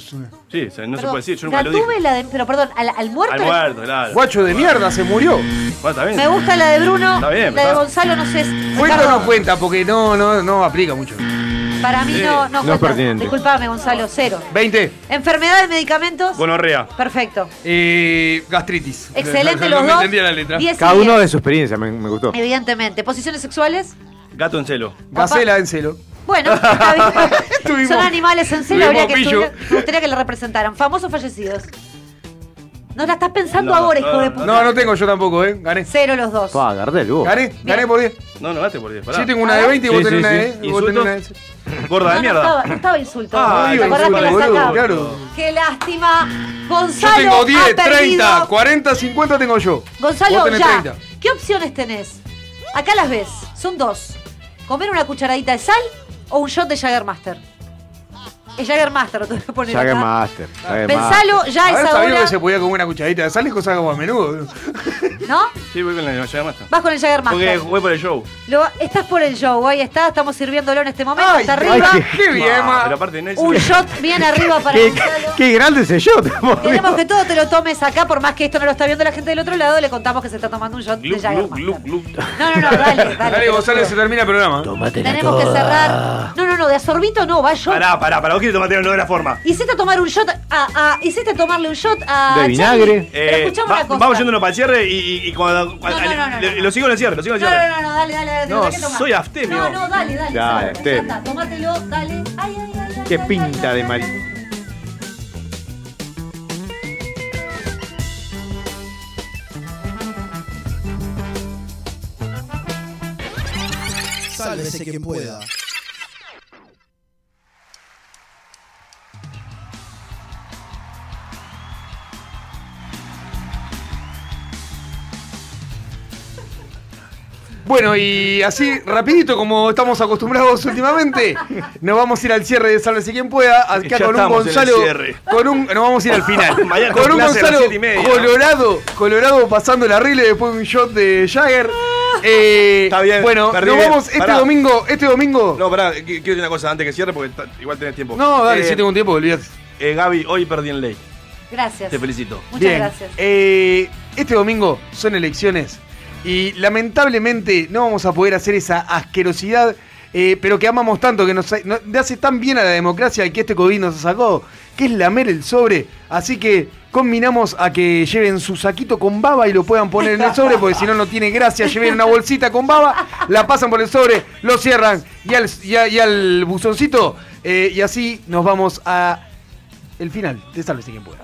Sí, se- no se
Perdón.
puede decir, yo nunca lo dije.
Gatúbela de- Pero perdón, al, al muerto.
Al
le-
muerto, claro.
Guacho de mierda, se murió.
Bueno, Ah, está bien.
Me gusta la de Bruno.
Está bien,
la de
está-
Gonzalo, no sé.
Cuenta
Ricardo,
o no cuenta, porque no, no, no aplica mucho.
Para mí
Sí.
no, no,
No es
cuenta.
pertinente.
Disculpame, Gonzalo, cero.
20.
Enfermedades, medicamentos.
Gonorrea.
Perfecto.
Eh, gastritis.
Excelente
No, no,
los
no
dos.
entendía la letra.
Diez y
Cada uno
diez.
de su experiencia, me, me gustó.
Evidentemente. ¿Posiciones sexuales?
Gato en celo.
Gacela en celo. [laughs]
Bueno, está bien. son animales en serio,
tuvimos
habría que
pillo.
estudiar- Me gustaría que le representaran. Famosos fallecidos. No la estás pensando
No,
ahora,
no,
hijo de
no,
puta.
No, no tengo yo tampoco, ¿eh? Gané.
Cero los dos.
Pa, agarré el búho.
¿Gané? ¿Gané por 10?
No, no gaste por 10. pará.
Yo tengo una de 20 y vos
Sí,
tenés
sí,
una
sí.
de y vos tenés
Insultos.
una de...
Gorda de
Ah. No
mierda.
estaba, no estaba insulto.
Ah,
¿Te acordás que la
insulto,
sacaba?
claro.
Qué lástima.
Yo
Gonzalo
tengo 10,
ha
30,
perdido.
40, 50 tengo yo.
Gonzalo,
vos tenés
ya.
30.
¿Qué opciones tenés? Acá las ves. Son dos. Comer una cucharadita de sal o un shot de Jaggermaster. Es Jaggermaster, lo tuve que poner acá.
Jaggermaster.
Pensalo ya a
Haber
esa
sabido
hora.
que se podía comer una cucharadita de sal es cosa que hago a menudo.
¿No?
Sí, voy con la Jaggermaster.
Vas con el
Porque
Jaggermaster.
voy por el show.
Lo- estás por el show, ahí está, estamos sirviéndolo en este momento, está arriba.
Ah, Pero aparte no es...
Un shot bien arriba para
qué,
Gonzalo.
qué grande ese yo. [laughs] estamos
Queremos
viendo.
que todo te lo tomes acá, por más que esto no lo está viendo la gente del otro lado, le contamos que se está tomando un shot de Jaggermaster. No, no, no, dale, dale.
Dale, Gonzalo, se termina el programa.
Tenemos que cerrar. No, no, no, de asorbito no, va shot.
Pará, pará, pará. Vos querés tomarte de la forma.
Hiciste tomar un shot a, a- hiciste tomarle un shot a Ah, Charlie. Pero
Eh,
escuchame
va-
una cosa.
Vamos yéndonos para el cierre y, y- y cuando. le- Lo sigo en el cierre, lo sigo
No,
en el cierre.
no, no, no, dale, dale, dale. te lo
No,
tenés que tomar.
soy abstemio.
No, no, dale, dale.
Ya,
cerralo,
abstemio.
ya está, Tomátelo, dale. Ay, ay, ay, ay.
Qué pinta de marido.
Sálvese quien pueda.
Bueno, y así, rapidito, como estamos acostumbrados
[laughs]
últimamente, nos vamos a ir al cierre de Sálvese quien pueda, acá
Ya
con un
estamos en el
Gonzalo.
cierre.
Con un, nos vamos a
[laughs]
ir al final.
Mañana
con un
clase a las
Gonzalo
siete y media, ¿no?
colorado, colorado pasando el arregle después de un shot de
[laughs]
Jagger. Eh,
Está bien.
Bueno,
perdí
nos
bien.
vamos este
Pará.
domingo, este domingo.
No, pará, qui- quiero decir una cosa antes que cierre porque ta- igual tenés tiempo.
No, dale,
Eh,
si tengo un tiempo, olvidate.
eh, Gaby, hoy perdí en ley.
Gracias.
Te felicito.
Muchas
Bien.
gracias.
Eh, este domingo son elecciones y lamentablemente no vamos a poder hacer esa asquerosidad, eh, pero que amamos tanto, que nos, no- le hace tan bien a la democracia y que este COVID nos sacó, que es lamer el sobre. Así que combinamos a que lleven su saquito con baba y lo puedan poner en el sobre, porque si no, no tiene gracia. Lleven una bolsita con baba, la pasan por el sobre, lo cierran y al, y a- y al buzoncito. eh, y así nos vamos a el final. Te salve si quien pueda.